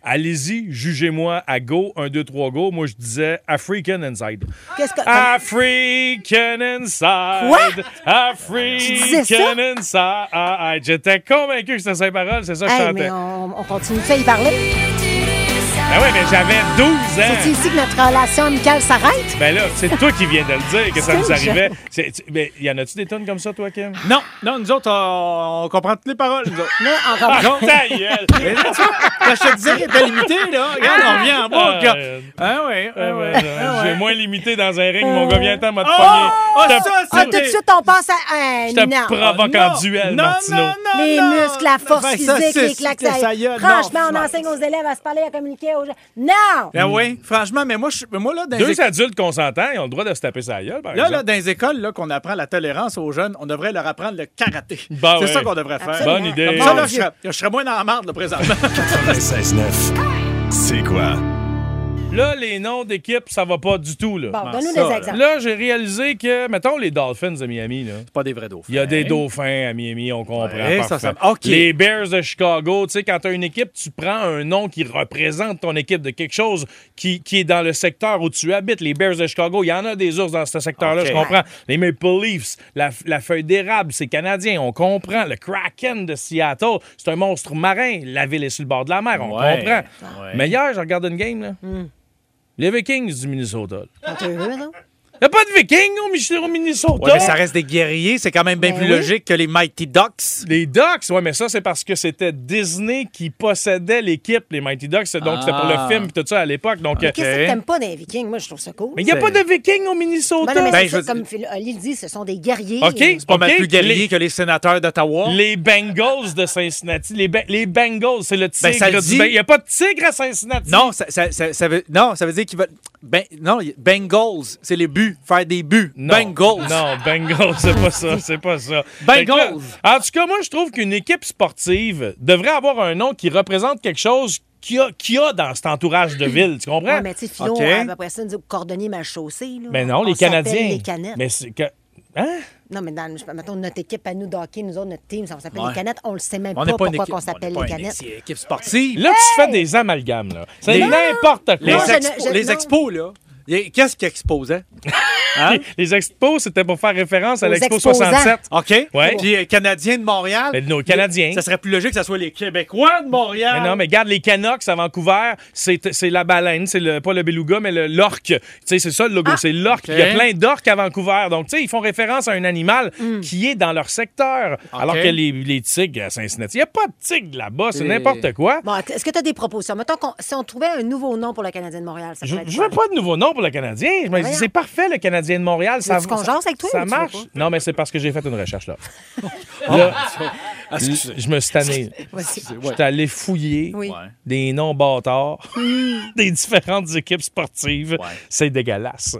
[SPEAKER 2] Allez-y, jugez-moi à go, 1, 2, 3, go. Moi, je disais African Inside.
[SPEAKER 1] Qu'est-ce que.
[SPEAKER 2] ah, African Inside.
[SPEAKER 1] Tu disais
[SPEAKER 2] African
[SPEAKER 1] ça?
[SPEAKER 2] Inside. J'étais convaincu que c'était cinq paroles, c'est ça que je
[SPEAKER 1] Hey,
[SPEAKER 2] chantais.
[SPEAKER 1] mais on, on continue de y parler.
[SPEAKER 2] Ben oui, mais j'avais 12 ans.
[SPEAKER 1] C'est ici que notre relation amicale s'arrête?
[SPEAKER 2] Ben là, c'est toi qui viens de le dire que ça nous
[SPEAKER 1] C'est
[SPEAKER 2] arrivait. C'est- tu- Mais y en a-tu des tonnes comme ça, toi, Kim?
[SPEAKER 3] Non, non, nous autres, on, on comprend toutes les paroles, nous autres.
[SPEAKER 1] Là, on
[SPEAKER 2] Ah,
[SPEAKER 1] reprend.
[SPEAKER 2] ta gueule!
[SPEAKER 3] Mais là, tu vois, quand je te disais qu'elle était limitée, là, regarde, on revient en bas,
[SPEAKER 2] Ah,
[SPEAKER 3] gars.
[SPEAKER 2] euh,
[SPEAKER 3] Ah ouais,
[SPEAKER 2] Ah
[SPEAKER 3] ah
[SPEAKER 2] ouais,
[SPEAKER 3] ouais.
[SPEAKER 2] euh, J'ai moins limité dans un ring, mon gars vient en mode
[SPEAKER 3] Oh!
[SPEAKER 2] pogné.
[SPEAKER 3] Ah,
[SPEAKER 2] Je te-
[SPEAKER 3] ça,
[SPEAKER 1] Ah,
[SPEAKER 3] c'est-
[SPEAKER 1] tout de suite, on passe à.
[SPEAKER 2] Je
[SPEAKER 1] un
[SPEAKER 2] te
[SPEAKER 1] non.
[SPEAKER 2] provoque
[SPEAKER 3] Non,
[SPEAKER 2] en duel,
[SPEAKER 3] non,
[SPEAKER 2] Martino.
[SPEAKER 3] non, non,
[SPEAKER 1] Les
[SPEAKER 3] non.
[SPEAKER 1] muscles, la force
[SPEAKER 3] Ouais, Ben, ça,
[SPEAKER 1] physique,
[SPEAKER 3] c'est-
[SPEAKER 1] les claques.
[SPEAKER 3] c'est- ça y est, non,
[SPEAKER 1] Franchement, on
[SPEAKER 3] non.
[SPEAKER 1] enseigne aux élèves à se parler, à communiquer aux gens. Non!
[SPEAKER 3] Ben oui, franchement, mais moi, je, mais moi là, dans les
[SPEAKER 2] Deux
[SPEAKER 3] écoles,
[SPEAKER 2] adultes consentants, ils ont le droit de se taper sa gueule, par
[SPEAKER 3] là, là,
[SPEAKER 2] exemple.
[SPEAKER 3] dans les écoles là, qu'on apprend la tolérance aux jeunes, on devrait leur apprendre le karaté.
[SPEAKER 2] Ben
[SPEAKER 3] c'est
[SPEAKER 2] ouais.
[SPEAKER 3] ça qu'on devrait faire.
[SPEAKER 1] Absolument.
[SPEAKER 2] Bonne idée.
[SPEAKER 3] Comme ça, là, je serais, je serais moins dans la marde, là, présentement.
[SPEAKER 4] 96.9. C'est quoi?
[SPEAKER 2] Là, les noms d'équipes, ça va pas du tout, là.
[SPEAKER 1] Bon, donne-nous
[SPEAKER 3] ça,
[SPEAKER 1] des
[SPEAKER 3] là.
[SPEAKER 1] exemples.
[SPEAKER 2] Là, j'ai réalisé que, mettons, les Dolphins de Miami, là.
[SPEAKER 3] pas des vrais dauphins.
[SPEAKER 2] Il y a des dauphins à Miami, on comprend.
[SPEAKER 3] Ouais, ça,
[SPEAKER 2] parfait.
[SPEAKER 3] ça- OK.
[SPEAKER 2] Les Bears de Chicago, tu sais, quand tu as une équipe, tu prends un nom qui représente ton équipe de quelque chose qui, qui est dans le secteur où tu habites. Les Bears de Chicago, il y en a des ours dans ce secteur-là,
[SPEAKER 3] OK.
[SPEAKER 2] je comprends. Les Maple Leafs, la, la feuille d'érable, c'est canadien, on comprend. Le Kraken de Seattle, c'est un monstre marin. La ville est sur le bord de la mer, on
[SPEAKER 3] Ouais,
[SPEAKER 2] comprend.
[SPEAKER 3] ouais. Hmm.
[SPEAKER 2] Mais hier, je regarde une game, là. Les Vikings du Minnesota.
[SPEAKER 1] Quand t'es heureux, non?
[SPEAKER 2] Il n'y a pas de Vikings au Mich- au Minnesota.
[SPEAKER 3] Ouais, mais ça reste des guerriers, c'est quand même bien
[SPEAKER 1] Ben
[SPEAKER 3] plus
[SPEAKER 1] oui.
[SPEAKER 3] logique que les Mighty Ducks.
[SPEAKER 2] Les Ducks, ouais, mais ça, c'est parce que c'était Disney qui possédait l'équipe, les Mighty Ducks. c'est- Donc,
[SPEAKER 3] Ah.
[SPEAKER 2] c'était pour le film et tout ça à l'époque. Donc, euh,
[SPEAKER 1] Qu'est-ce que t'aimes pas dans les Vikings? Moi, je trouve ça cool.
[SPEAKER 2] Mais il n'y a
[SPEAKER 3] C'est-
[SPEAKER 2] pas de Vikings au Minnesota.
[SPEAKER 1] Ben non, mais
[SPEAKER 3] Ben,
[SPEAKER 1] c'est
[SPEAKER 3] je
[SPEAKER 1] ça,
[SPEAKER 3] veux
[SPEAKER 1] comme Phil- Oli le dit, ce sont des guerriers.
[SPEAKER 2] OK,
[SPEAKER 3] C'est pas mal
[SPEAKER 2] OK,
[SPEAKER 3] plus guerrier
[SPEAKER 2] les-
[SPEAKER 3] que les sénateurs d'Ottawa.
[SPEAKER 2] Les Bengals de Cincinnati. Les, Ba- les Bengals, c'est le tigre.
[SPEAKER 3] Ben, ça le
[SPEAKER 2] du
[SPEAKER 3] dit.
[SPEAKER 2] Ben- Il n'y a pas de tigre à Cincinnati.
[SPEAKER 3] Non, ça, ça- ça- ça veut, non, ça veut dire qu'ils veulent. Ben, non, y- Bengals, c'est les buts, faire des buts.
[SPEAKER 2] Non.
[SPEAKER 3] Bengals.
[SPEAKER 2] Non, Bengals, c'est pas ça, c'est pas ça.
[SPEAKER 1] <laughs>
[SPEAKER 3] Bengals.
[SPEAKER 2] Fait que là, en tout cas, moi, je trouve qu'une équipe sportive devrait avoir un nom qui représente quelque chose qu'il y a, qu'il y a dans cet
[SPEAKER 1] <clears throat>
[SPEAKER 2] entourage de ville, tu comprends?
[SPEAKER 1] Ouais, mais tu sais, Philo,
[SPEAKER 3] OK.
[SPEAKER 1] hein, après ça, nous dit cordonnier mal chaussé. Là.
[SPEAKER 2] Mais non,
[SPEAKER 1] On
[SPEAKER 2] les
[SPEAKER 1] s'appelle
[SPEAKER 2] Canadiens.
[SPEAKER 1] Les canettes.
[SPEAKER 2] Mais c'est que... Hein?
[SPEAKER 1] Non, mais dans, je- mettons, notre équipe à nous d'hockey, nous autres, notre team, ça, on s'appelle
[SPEAKER 3] Ouais.
[SPEAKER 1] les canettes. On le sait même
[SPEAKER 3] On
[SPEAKER 1] pas
[SPEAKER 3] n'est pas une
[SPEAKER 1] pourquoi
[SPEAKER 3] équipe.
[SPEAKER 1] qu'on
[SPEAKER 3] on
[SPEAKER 1] s'appelle
[SPEAKER 3] n'est pas
[SPEAKER 1] les
[SPEAKER 3] une
[SPEAKER 1] canettes.
[SPEAKER 3] é- équipe sportive.
[SPEAKER 2] Là, tu fais des amalgames, là. C'est
[SPEAKER 3] Les-
[SPEAKER 2] n'importe
[SPEAKER 3] Les,
[SPEAKER 2] quoi.
[SPEAKER 1] je
[SPEAKER 3] expo-
[SPEAKER 1] ne- je-
[SPEAKER 3] les
[SPEAKER 1] non.
[SPEAKER 3] expos, là. y- Qu'est-ce hein? qu'ils exposaient?
[SPEAKER 2] Les- Les expos, c'était pour faire référence à
[SPEAKER 1] Aux
[SPEAKER 2] l'Expo
[SPEAKER 1] exposants.
[SPEAKER 2] 67.
[SPEAKER 3] OK?
[SPEAKER 2] Ouais.
[SPEAKER 3] Puis euh, Canadiens de Montréal.
[SPEAKER 2] Mais nos Canadiens.
[SPEAKER 3] Ça serait plus logique que ce soit les Québécois de Montréal.
[SPEAKER 1] Ah.
[SPEAKER 2] Mais non, mais regarde, les Canucks à Vancouver, c'est c'est la baleine, c'est le, pas le beluga, mais le- l'orque. Tu sais, c'est ça le
[SPEAKER 1] Ah.
[SPEAKER 2] logo, c'est l'orque.
[SPEAKER 3] OK.
[SPEAKER 2] Il y a plein d'orques à Vancouver. Donc, tu sais, ils font référence à un animal
[SPEAKER 1] Hmm.
[SPEAKER 2] qui est dans leur secteur. Alors que les, les tigres à Cincinnati, il n'y a pas de tigre là-bas, c'est
[SPEAKER 3] Et-
[SPEAKER 2] n'importe quoi.
[SPEAKER 1] Bon, est-ce que tu as des propositions? Mettons, qu'on- si on trouvait un nouveau nom pour le Canadien de Montréal, ça
[SPEAKER 2] Je,
[SPEAKER 1] pourrait être
[SPEAKER 2] je veux
[SPEAKER 1] quoi?
[SPEAKER 2] pas de nouveau nom pour le Canadien. Je me dis,
[SPEAKER 1] voyons.
[SPEAKER 2] c'est parfait, le Canadien de Montréal. Ça,
[SPEAKER 1] Veux-tu qu'on
[SPEAKER 2] ça-
[SPEAKER 1] jase avec toi
[SPEAKER 2] ça
[SPEAKER 1] ou tu veux
[SPEAKER 2] marche.
[SPEAKER 1] pas?
[SPEAKER 2] Non, mais c'est parce que j'ai fait une recherche, là. Là, je me suis tanné.
[SPEAKER 1] Vas-y.
[SPEAKER 2] Je suis allé fouiller
[SPEAKER 1] Oui. Mm.
[SPEAKER 3] Ouais.
[SPEAKER 2] des noms bâtards <laughs> des différentes équipes sportives. C'est dégueulasse.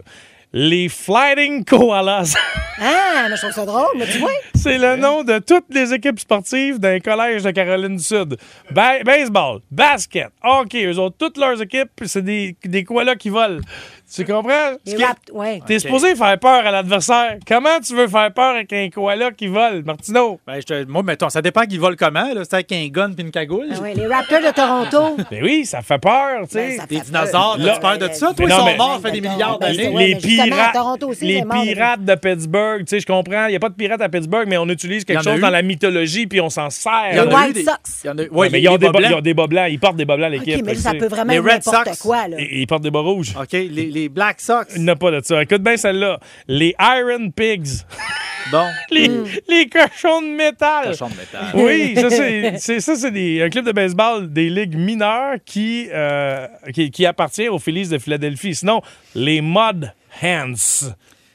[SPEAKER 2] Les Flying Koalas, <laughs>
[SPEAKER 1] Ah, mais je trouve ça drôle, mais tu vois.
[SPEAKER 2] c'est le nom de toutes les équipes sportives d'un collège de Caroline du Sud. Ba- baseball, basket, hockey, eux ont toutes leurs équipes, puis c'est des, des koalas qui volent. Tu comprends? Ce
[SPEAKER 1] Les
[SPEAKER 2] qui est-
[SPEAKER 1] Raptors, ouais.
[SPEAKER 3] Ah,
[SPEAKER 2] T'es supposé faire peur à l'adversaire. Comment tu veux faire peur avec un koala qui vole, Martino?
[SPEAKER 3] Ben, je te- moi, mettons, ça dépend qu'ils volent comment. là. C'est avec un gun puis une cagoule.
[SPEAKER 1] Ah ouais, les Raptors de Toronto.
[SPEAKER 2] Ben oui, ça fait peur, tu
[SPEAKER 1] Ben,
[SPEAKER 2] sais.
[SPEAKER 1] ça
[SPEAKER 3] Ah, Des
[SPEAKER 1] fait
[SPEAKER 3] dinosaures,
[SPEAKER 2] Là-
[SPEAKER 3] t'as peur de ça?
[SPEAKER 2] Mais
[SPEAKER 3] Toi, ils
[SPEAKER 2] non,
[SPEAKER 3] sont
[SPEAKER 2] mais-
[SPEAKER 3] morts, ça fait des milliards
[SPEAKER 1] Ben,
[SPEAKER 3] d'années.
[SPEAKER 1] c'est- ouais,
[SPEAKER 2] les
[SPEAKER 1] mais justement, à
[SPEAKER 2] pirates,
[SPEAKER 1] Toronto aussi,
[SPEAKER 2] les
[SPEAKER 1] c'est mort,
[SPEAKER 2] pirates de Pittsburgh, tu sais, je comprends. Il n'y a pas de pirates à Pittsburgh, mais on
[SPEAKER 3] Y
[SPEAKER 2] utilise
[SPEAKER 3] en
[SPEAKER 2] quelque
[SPEAKER 3] a
[SPEAKER 2] chose
[SPEAKER 3] eu.
[SPEAKER 2] dans la mythologie, puis on s'en
[SPEAKER 3] Il y
[SPEAKER 2] sert.
[SPEAKER 3] en
[SPEAKER 1] Les
[SPEAKER 3] a eu
[SPEAKER 1] White
[SPEAKER 3] des-
[SPEAKER 1] Sox.
[SPEAKER 3] Il y en a- ouais,
[SPEAKER 2] Ouais, mais ils ont, des
[SPEAKER 3] bas
[SPEAKER 2] bas- ils
[SPEAKER 3] blancs.
[SPEAKER 2] ont des bas blancs. Ils portent des bas blancs,
[SPEAKER 1] OK,
[SPEAKER 2] l'équipe.
[SPEAKER 1] mais là,
[SPEAKER 2] tu
[SPEAKER 1] ça
[SPEAKER 2] sais.
[SPEAKER 1] peut vraiment
[SPEAKER 3] Les
[SPEAKER 1] être
[SPEAKER 3] Red
[SPEAKER 1] n'importe
[SPEAKER 3] Sox.
[SPEAKER 1] quoi, là.
[SPEAKER 2] Ils ils portent des bas rouges.
[SPEAKER 3] OK, les, les Black Sox.
[SPEAKER 2] Il n'y en a pas de ça. Écoute bien celle-là. Les Iron Pigs. <laughs>
[SPEAKER 3] Bon.
[SPEAKER 2] Les,
[SPEAKER 1] Hmm.
[SPEAKER 2] les cochons de métal.
[SPEAKER 3] Cochon de métal.
[SPEAKER 2] <laughs> Oui, ça c'est c'est- ça c'est des- un club de baseball des ligues mineures qui euh, qui, qui appartient aux Phillies de Philadelphie. Sinon, les Mud Hands.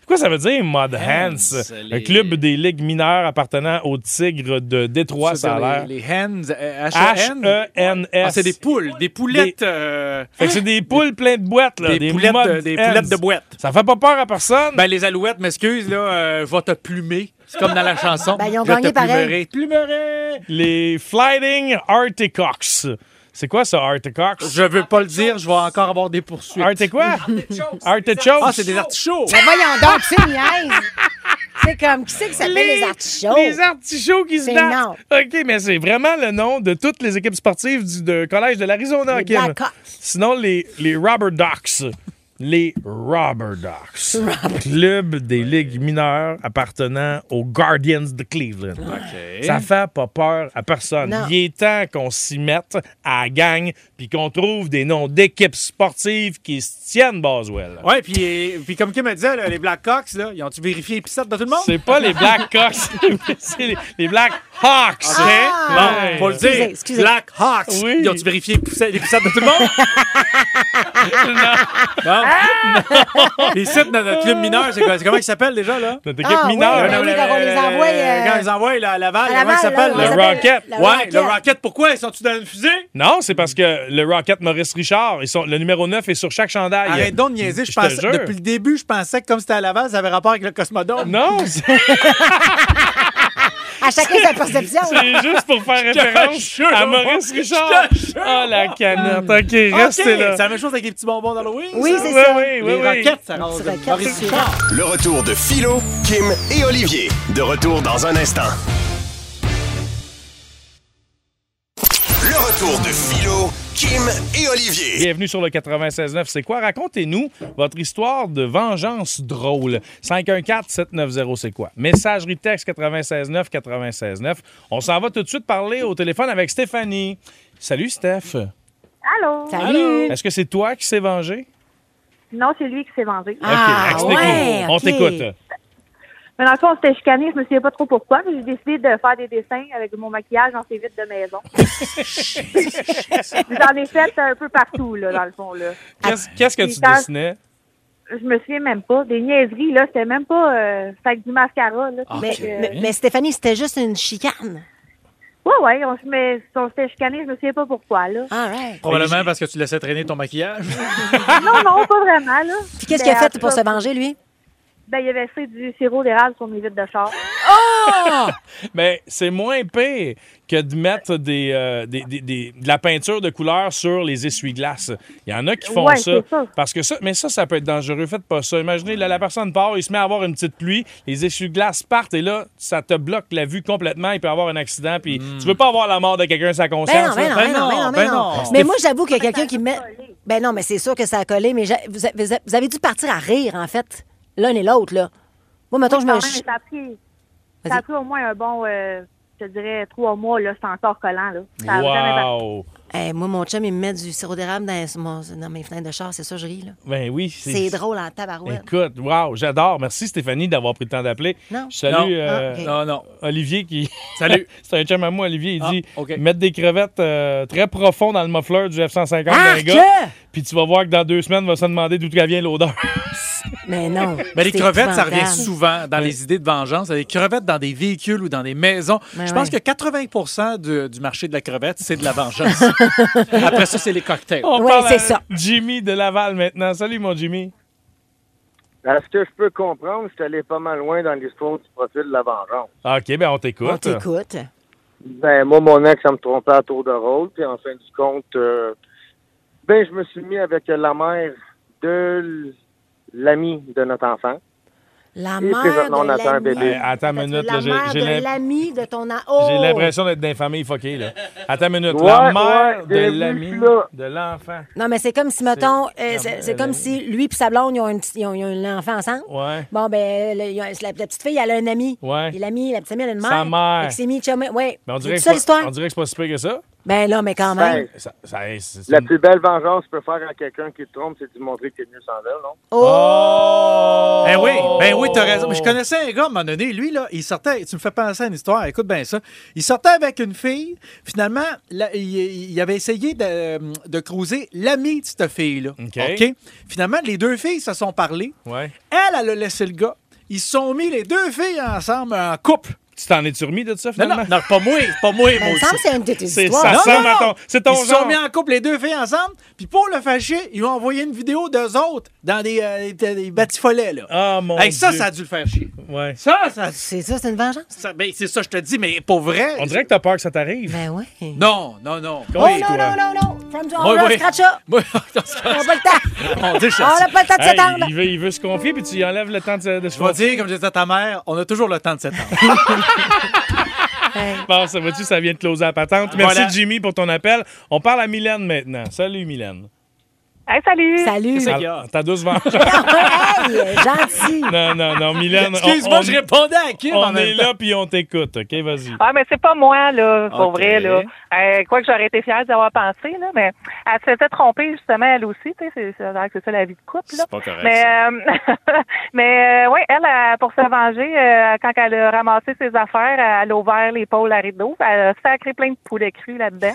[SPEAKER 2] Quoi ça veut dire Mud Hands?
[SPEAKER 3] les-
[SPEAKER 2] Un club des ligues mineures appartenant aux Tigres de Détroit, ça a l'air. E
[SPEAKER 3] Les, les hens, euh, H-E-N.
[SPEAKER 2] H-E-N-S.
[SPEAKER 3] Ah, c'est des poules, des poulettes. euh,
[SPEAKER 2] Fait que c'est
[SPEAKER 3] <laughs>
[SPEAKER 2] des poules pleines de boîtes, là.
[SPEAKER 3] des, poulettes
[SPEAKER 2] Mud
[SPEAKER 3] de, des
[SPEAKER 2] Hens.
[SPEAKER 3] poulettes de boîte.
[SPEAKER 2] Ça fait pas peur à personne.
[SPEAKER 3] Ben, les alouettes, m'excuse, là, euh, va te plumer. C'est comme dans la chanson.
[SPEAKER 1] Ben, ils ont
[SPEAKER 3] Je vais
[SPEAKER 1] gagné
[SPEAKER 3] te
[SPEAKER 1] pareil.
[SPEAKER 3] plumerai. Plumerai.
[SPEAKER 2] les Flying Articox. C'est quoi ça, Articox?
[SPEAKER 3] Je veux pas le dire, je vais encore avoir des poursuites.
[SPEAKER 2] Arte quoi? Artichokes.
[SPEAKER 3] Ah, c'est des artichauts.
[SPEAKER 1] Ben voyons donc, c'est niaise. C'est comme, qui c'est qui s'appelle les, artichauts?
[SPEAKER 2] Les artichauts qui se
[SPEAKER 1] C'est
[SPEAKER 2] battent.
[SPEAKER 1] non.
[SPEAKER 2] OK, mais c'est vraiment le nom de toutes les équipes sportives du de collège de l'Arizona,
[SPEAKER 1] Les
[SPEAKER 2] Kim.
[SPEAKER 1] Blackhawks.
[SPEAKER 2] Sinon, les, les Rubber Ducks. Les Rubber Ducks. Club des ligues mineures appartenant aux Guardians de Cleveland. Ça fait pas peur à personne.
[SPEAKER 1] Non.
[SPEAKER 2] Il est temps qu'on s'y mette à la gang puis qu'on trouve des noms d'équipes sportives qui se tiennent, Boswell.
[SPEAKER 3] Ouais, puis, euh, puis comme Kim me disait, là, les Blackhawks, là, ils ont-tu vérifié les pissettes de tout le monde?
[SPEAKER 2] C'est pas les Black Cox, <laughs> c'est les, les Black Hawks.
[SPEAKER 1] Ah!
[SPEAKER 2] Ouais.
[SPEAKER 3] Bon, faut le
[SPEAKER 1] Excusez,
[SPEAKER 3] dire.
[SPEAKER 1] excusez.
[SPEAKER 3] Black Hawks.
[SPEAKER 2] Oui.
[SPEAKER 3] Ils ont-tu vérifié les pissettes les pissettes de tout le monde?
[SPEAKER 1] <laughs> Ah!
[SPEAKER 3] non. Non. Les sites de notre club mineur, c'est quoi? C'est comment ils s'appellent déjà, là? Euh,
[SPEAKER 2] Notre équipe
[SPEAKER 1] Ah, oui,
[SPEAKER 2] mineure.
[SPEAKER 1] oui, oui, quand on les envoie, euh,
[SPEAKER 3] Quand ils envoient là, à Laval,
[SPEAKER 1] à
[SPEAKER 3] comment
[SPEAKER 1] Laval,
[SPEAKER 3] ils
[SPEAKER 1] là,
[SPEAKER 3] s'appellent?
[SPEAKER 2] Le
[SPEAKER 3] là?
[SPEAKER 1] comment ils s'appellent?
[SPEAKER 2] Rocket.
[SPEAKER 1] Le
[SPEAKER 3] Ouais,
[SPEAKER 1] Rocket.
[SPEAKER 3] le Rocket, pourquoi? Ils sont-ils dans une fusée?
[SPEAKER 2] Non, c'est parce que le Rocket Maurice Richard, ils sont, le numéro 9 est sur chaque chandail.
[SPEAKER 3] Arrête donc de niaiser. Je
[SPEAKER 2] Je te
[SPEAKER 3] pensais,
[SPEAKER 2] jure.
[SPEAKER 3] depuis le début, je pensais que comme c'était à Laval, ça avait rapport avec le Cosmodome.
[SPEAKER 2] Non, <laughs> c'est
[SPEAKER 1] À chacun sa perception.
[SPEAKER 2] <laughs> c'est juste pour faire
[SPEAKER 3] te
[SPEAKER 2] référence
[SPEAKER 3] jure,
[SPEAKER 2] à
[SPEAKER 3] mon
[SPEAKER 2] Maurice
[SPEAKER 3] frère,
[SPEAKER 2] Richard.
[SPEAKER 3] je te jure,
[SPEAKER 2] Ah, la canette. OK,
[SPEAKER 3] Ok,
[SPEAKER 2] restez là.
[SPEAKER 3] C'est la même chose avec les petits bonbons d'Halloween?
[SPEAKER 1] Oui,
[SPEAKER 3] ça?
[SPEAKER 1] c'est
[SPEAKER 2] Oui,
[SPEAKER 1] ça.
[SPEAKER 2] oui, oui,
[SPEAKER 3] Les
[SPEAKER 2] oui.
[SPEAKER 3] Rockets, ça
[SPEAKER 1] Les
[SPEAKER 3] rase.
[SPEAKER 1] Rockets,
[SPEAKER 3] Maurice
[SPEAKER 1] c'est
[SPEAKER 3] Richard.
[SPEAKER 4] Le retour de Philo, Kim et Olivier. De retour dans un instant. Le retour de Philo, Kim et Olivier.
[SPEAKER 2] Bienvenue sur le 96.9. C'est quoi? Racontez-nous votre histoire de vengeance drôle. 514-790, c'est quoi? Messagerie texte 96.9, 96.9. On s'en va tout de suite parler au téléphone avec Stéphanie. Salut, Steph.
[SPEAKER 7] Allô?
[SPEAKER 1] Salut.
[SPEAKER 2] Est-ce que c'est toi qui s'est vengé?
[SPEAKER 7] Non, c'est lui qui s'est vengé.
[SPEAKER 1] Ah,
[SPEAKER 2] explique-nous.
[SPEAKER 1] ouais,
[SPEAKER 2] On
[SPEAKER 1] ok. Ah,
[SPEAKER 2] t'écoute.
[SPEAKER 7] Mais dans le fond, on s'était chicané, je me souviens pas trop pourquoi, mais j'ai décidé de faire des dessins avec mon maquillage dans ses vitres de maison. J'en ai fait un peu partout, là, dans le fond, là.
[SPEAKER 2] Qu'est-ce- Qu'est-ce que tu
[SPEAKER 7] Richard.
[SPEAKER 2] dessinais?
[SPEAKER 7] Je me souviens même pas. Des niaiseries, là, c'était même pas... Euh, c'était avec du mascara, là.
[SPEAKER 1] Mais,
[SPEAKER 7] Fait que, euh,
[SPEAKER 1] mais- mais Stéphanie, c'était juste une chicane.
[SPEAKER 7] ouais, ouais, on se met- on s'était chicané, je me souviens pas pourquoi, là.
[SPEAKER 1] All right.
[SPEAKER 3] Probablement parce que tu laissais traîner ton maquillage.
[SPEAKER 7] Non, non, pas vraiment, là.
[SPEAKER 1] Puis qu'est-ce qu'il a
[SPEAKER 7] Mais,
[SPEAKER 1] fait
[SPEAKER 7] Ben, en
[SPEAKER 1] pour
[SPEAKER 7] tout
[SPEAKER 1] se
[SPEAKER 7] cas,
[SPEAKER 1] venger, lui?
[SPEAKER 7] Ben, il a versé du sirop d'érable sur mes vitres de char.
[SPEAKER 2] Ah, Mais c'est moins pire que de mettre des, euh, des- des- des- de la peinture de couleur sur les essuie-glaces. Il y en a qui font
[SPEAKER 7] Ouais,
[SPEAKER 2] ça,
[SPEAKER 7] c'est ça.
[SPEAKER 2] Parce que ça. Mais ça, ça peut être dangereux. Faites pas ça. Imaginez, là, la personne part, il se met à avoir une petite pluie, les essuie-glaces partent et là, ça te bloque la vue complètement. Il peut y avoir un accident. Puis tu veux pas avoir la mort de quelqu'un sa
[SPEAKER 1] Ben non,
[SPEAKER 2] conscience.
[SPEAKER 1] ben non,
[SPEAKER 2] là.
[SPEAKER 1] ben non, ben non, ben non. Mais moi, j'avoue qu'il y a quelqu'un qui met. Ben non, mais c'est sûr que ça a collé, mais j'a- vous, a- vous a- vous avez dû partir à rire, en fait, l'un et l'autre, là. Moi, mettons, je
[SPEAKER 7] Quand
[SPEAKER 1] me.
[SPEAKER 7] même, ça a pris, ça
[SPEAKER 1] Vas-y.
[SPEAKER 7] a pris au moins un bon, euh, je te dirais, trois mois, là, c'est encore collant, là. Ça a vraiment été-
[SPEAKER 2] Wow!
[SPEAKER 1] Eh, moi, mon chum, il me met du sirop d'érable dans, sur mon- dans mes fenêtres de char, c'est ça, je ris, là.
[SPEAKER 2] Ben oui,
[SPEAKER 1] C'est drôle en tabarouette.
[SPEAKER 2] Écoute, wow, j'adore. Merci Stéphanie d'avoir pris le temps d'appeler.
[SPEAKER 1] Non.
[SPEAKER 2] Je salue
[SPEAKER 3] Non.
[SPEAKER 2] euh,
[SPEAKER 1] Ah, ok.
[SPEAKER 3] Non, non.
[SPEAKER 2] Olivier qui.
[SPEAKER 3] Salut.
[SPEAKER 2] <laughs> C'est un chum à moi, Olivier. Il
[SPEAKER 3] Ah,
[SPEAKER 2] dit
[SPEAKER 3] ok.
[SPEAKER 2] mettre des crevettes euh, très profondes dans le muffler du F-150 d'un
[SPEAKER 3] Ah,
[SPEAKER 1] Arc!
[SPEAKER 2] gars. Puis tu vas voir que dans deux semaines, on va se demander d'où vient l'odeur.
[SPEAKER 1] Mais non.
[SPEAKER 3] Mais les
[SPEAKER 1] c'est
[SPEAKER 3] crevettes, ça revient
[SPEAKER 1] épouvantable.
[SPEAKER 3] souvent dans les idées de vengeance. Les crevettes dans des véhicules ou dans des maisons.
[SPEAKER 1] Mais
[SPEAKER 3] Je pense
[SPEAKER 1] ouais.
[SPEAKER 3] que 80 de- du marché de la crevette, c'est de la
[SPEAKER 2] <laughs>
[SPEAKER 3] vengeance. Après ça, c'est les cocktails.
[SPEAKER 2] On
[SPEAKER 1] Ouais,
[SPEAKER 2] parle
[SPEAKER 1] c'est
[SPEAKER 2] à
[SPEAKER 1] ça.
[SPEAKER 2] Jimmy de Laval maintenant. Salut, mon Jimmy.
[SPEAKER 10] À ce que je peux comprendre, je suis allé pas mal loin dans l'histoire du profil de la vengeance.
[SPEAKER 3] Ah,
[SPEAKER 2] OK, ben on
[SPEAKER 1] On
[SPEAKER 2] t'écoute.
[SPEAKER 1] t'écoute.
[SPEAKER 10] Ben, moi, mon ex, ça me trompait à tour de rôle. Puis, en fin du compte, euh, ben, je me suis mis avec la mère de l'ami de notre enfant.
[SPEAKER 1] La
[SPEAKER 10] Et puis,
[SPEAKER 1] mère.
[SPEAKER 10] maintenant, on
[SPEAKER 1] de
[SPEAKER 10] attend un
[SPEAKER 1] l'ami.
[SPEAKER 10] bébé.
[SPEAKER 2] Hey, attends une minute. là,
[SPEAKER 1] La
[SPEAKER 2] j'ai-
[SPEAKER 1] mère
[SPEAKER 2] j'ai
[SPEAKER 1] de
[SPEAKER 2] l'im-
[SPEAKER 1] l'ami de ton. a-
[SPEAKER 2] j'ai
[SPEAKER 1] Oh!
[SPEAKER 2] l'impression d'être dans une famille fuckée, là. Attends une minute.
[SPEAKER 10] Ouais,
[SPEAKER 2] la mère
[SPEAKER 10] ouais,
[SPEAKER 2] de
[SPEAKER 10] j'ai vu
[SPEAKER 2] l'ami
[SPEAKER 10] ça.
[SPEAKER 2] de l'enfant.
[SPEAKER 1] Non, mais c'est comme si, mettons, euh,
[SPEAKER 2] la
[SPEAKER 1] c'est
[SPEAKER 2] mère
[SPEAKER 1] c'est
[SPEAKER 2] de
[SPEAKER 1] comme
[SPEAKER 2] l'ami.
[SPEAKER 1] si lui et sa blonde, ils ont, une, petite- ils ont- ils ont un enfant ensemble.
[SPEAKER 2] Ouais.
[SPEAKER 1] Bon, ben, le- il y a- la, la petite fille, elle a un ami.
[SPEAKER 2] Ouais.
[SPEAKER 1] Et l'ami, la petite amie, elle a une mère.
[SPEAKER 2] Sa mère.
[SPEAKER 1] Fait que c'est mis chum. Ouais.
[SPEAKER 2] Mais Ben, on
[SPEAKER 1] C'est
[SPEAKER 2] dirait que
[SPEAKER 1] ça
[SPEAKER 2] c'est pas-
[SPEAKER 1] l'histoire?
[SPEAKER 2] on dirait que c'est pas si pire que ça.
[SPEAKER 1] Ben là, mais quand même.
[SPEAKER 10] Ben,
[SPEAKER 2] Ça- ça- hey, c'est- c'est
[SPEAKER 10] la
[SPEAKER 3] Hmm.
[SPEAKER 2] une-
[SPEAKER 10] plus belle vengeance que tu peux faire à quelqu'un qui te trompe, c'est de lui montrer que t'es mieux sans elle, non?
[SPEAKER 2] Oh!
[SPEAKER 3] Ben oui, ben oui, t'as raison. Mais je connaissais un gars à un moment donné, lui, là, il sortait, tu me fais penser à une histoire, écoute bien ça. Il sortait avec une fille, finalement, là, il, il avait essayé de, de croiser l'ami de cette fille-là.
[SPEAKER 2] OK.
[SPEAKER 3] OK? Finalement, les deux filles se sont parlées.
[SPEAKER 2] Ouais.
[SPEAKER 3] Elle, elle a laissé le gars. Ils se sont mis les deux filles ensemble en couple.
[SPEAKER 2] Tu t'en es-tu remis de ça,
[SPEAKER 3] Non,
[SPEAKER 2] finalement?
[SPEAKER 3] non, non, pas moi, pas moi,
[SPEAKER 1] Ben, Il
[SPEAKER 3] moi
[SPEAKER 1] me semble
[SPEAKER 3] aussi.
[SPEAKER 1] que c'est une de tes
[SPEAKER 2] C'est-
[SPEAKER 1] histoires.
[SPEAKER 2] ça
[SPEAKER 3] Non,
[SPEAKER 2] ressemble
[SPEAKER 3] non,
[SPEAKER 2] à
[SPEAKER 3] non.
[SPEAKER 2] ton- c'est ton
[SPEAKER 3] Ils se
[SPEAKER 2] genre.
[SPEAKER 3] sont mis en couple, les deux filles ensemble. Puis pour le fâcher, ils ont envoyé une vidéo d'eux autres dans des, euh, des- des batifolets. Là.
[SPEAKER 2] Ah, mon
[SPEAKER 3] Hey, ça,
[SPEAKER 2] Dieu.
[SPEAKER 3] ça a dû le faire chier.
[SPEAKER 2] Ouais.
[SPEAKER 3] Ça, ça.
[SPEAKER 1] C'est ça, c'est une vengeance?
[SPEAKER 3] ça- ben, c'est ça, je te dis, mais pour vrai.
[SPEAKER 2] On dirait que t'as peur que ça t'arrive.
[SPEAKER 1] Ben ouais.
[SPEAKER 3] Non, non, non.
[SPEAKER 1] Oh
[SPEAKER 2] Oui,
[SPEAKER 1] non,
[SPEAKER 2] toi.
[SPEAKER 1] non, non, non! From the
[SPEAKER 3] Oui,
[SPEAKER 1] horror,
[SPEAKER 3] oui.
[SPEAKER 1] scratch
[SPEAKER 2] <laughs>
[SPEAKER 1] ça!
[SPEAKER 3] Moi,
[SPEAKER 1] On
[SPEAKER 3] <laughs>
[SPEAKER 1] n'a pas le temps!
[SPEAKER 3] on dit, je-
[SPEAKER 1] On n'a pas le temps de
[SPEAKER 2] Hey,
[SPEAKER 1] s'attendre!
[SPEAKER 2] il, veut, il veut se confier, puis tu lui enlèves le temps de, de se
[SPEAKER 3] Je vais
[SPEAKER 2] confier.
[SPEAKER 3] dire, comme je disais à ta mère, on a toujours le temps de s'étendre.
[SPEAKER 2] Bon, ça va-tu, ça vient de closer la patente. Merci,
[SPEAKER 3] Ah, Voilà.
[SPEAKER 2] Jimmy, pour ton appel. On parle à Mylène maintenant. Salut, Mylène.
[SPEAKER 7] Hey, salut!
[SPEAKER 1] Salut!
[SPEAKER 3] Qu'est-ce qu'il y a?
[SPEAKER 2] Ah, T'as douce vent.
[SPEAKER 1] hey, gentil!
[SPEAKER 2] <laughs> non, non, non, Mylène. on-
[SPEAKER 3] Excuse-moi,
[SPEAKER 2] on-
[SPEAKER 3] je répondais à Kim en
[SPEAKER 2] On
[SPEAKER 3] même
[SPEAKER 2] est
[SPEAKER 3] temps.
[SPEAKER 2] là, puis on t'écoute. OK, vas-y.
[SPEAKER 7] Ah, mais c'est pas moi, là, pour
[SPEAKER 3] Ok.
[SPEAKER 7] vrai, là. Euh, quoi que j'aurais été fière d'avoir pensé, là, mais elle s'était trompée, justement, elle aussi, tu sais, c'est- ça a l'air que c'est ça la vie de couple, là.
[SPEAKER 3] C'est pas correct,
[SPEAKER 7] Mais, euh, <laughs> mais euh, ouais, elle, euh, pour se venger, euh, quand elle a ramassé ses affaires, elle a ouvert l'épaule à rideau, elle a sacré plein de poulets crus là-dedans.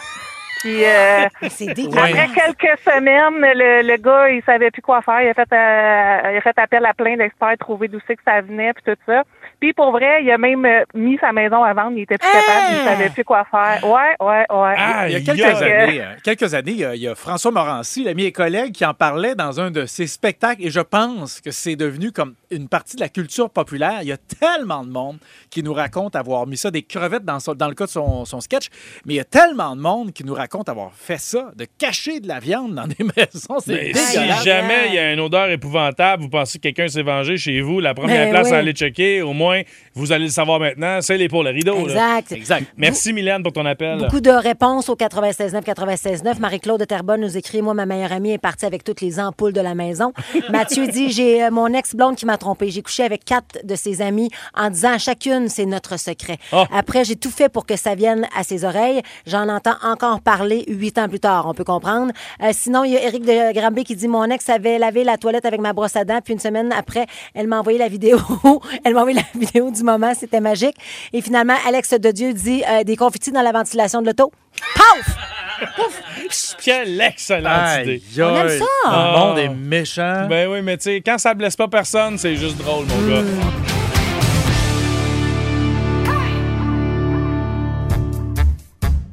[SPEAKER 7] Puis, euh,
[SPEAKER 1] C'est dégueulasse!
[SPEAKER 7] après quelques semaines, le, le gars, il savait plus quoi faire. Il a fait, euh, il a fait appel à plein d'experts, trouver d'où c'est que ça venait, puis tout ça. Puis pour vrai, il a même euh, mis sa maison à vendre. Il était plus
[SPEAKER 1] Ah!
[SPEAKER 7] capable, il savait plus quoi faire. Ouais, ouais, ouais.
[SPEAKER 2] Ah,
[SPEAKER 3] Hein? Il y a quelques
[SPEAKER 2] Aïe, aïe.
[SPEAKER 3] années, euh, quelques années, il y a- il y a François Morancy, l'ami et collègue, qui en parlait dans un de ses spectacles. Et je pense que c'est devenu comme une partie de la culture populaire. Il y a tellement de monde qui nous raconte avoir mis ça, des crevettes dans, son- dans le cas de son, son sketch. Mais il y a tellement de monde qui nous raconte avoir fait ça, de cacher de la viande dans des <laughs> maisons. C'est
[SPEAKER 2] Mais si
[SPEAKER 3] dégueulasse.
[SPEAKER 2] jamais il y a une odeur épouvantable, vous pensez que quelqu'un s'est vengé chez vous, la première
[SPEAKER 1] Ben
[SPEAKER 2] place
[SPEAKER 1] oui.
[SPEAKER 2] à aller checker, au moins, vous allez le savoir maintenant, c'est les pour le rideau. là.
[SPEAKER 1] Exact.
[SPEAKER 3] Exact.
[SPEAKER 2] Merci, Mylène, pour ton appel.
[SPEAKER 1] Beaucoup de réponses au 96.9, 96.9. Marie-Claude de Terrebonne nous écrit « Moi, ma meilleure amie est partie avec toutes les ampoules de la maison. » Mathieu dit « J'ai euh, mon ex-blonde qui m'a trompé. J'ai couché avec quatre de ses amies en disant à chacune, c'est notre secret.
[SPEAKER 2] Ah.
[SPEAKER 1] Après, j'ai tout fait pour que ça vienne à ses oreilles. J'en entends encore parler huit ans plus tard. On peut comprendre. Euh, sinon, il y a Eric de Grambé qui dit « Mon ex avait lavé la toilette avec ma brosse à dents, puis une semaine après, elle m'a envoyé la vidéo. <laughs> elle m'a envoyé la vidéo du moment. C'était magique. » Et finalement, Alex de Dieu dit euh, Des confettis dans la ventilation de l'auto. Paf!
[SPEAKER 2] Quelle excellente idée.
[SPEAKER 1] On aime ça.
[SPEAKER 3] Le monde
[SPEAKER 11] Ah.
[SPEAKER 3] est méchant.
[SPEAKER 2] Ben oui, mais tu sais, quand ça blesse pas personne, c'est juste drôle, mon gars.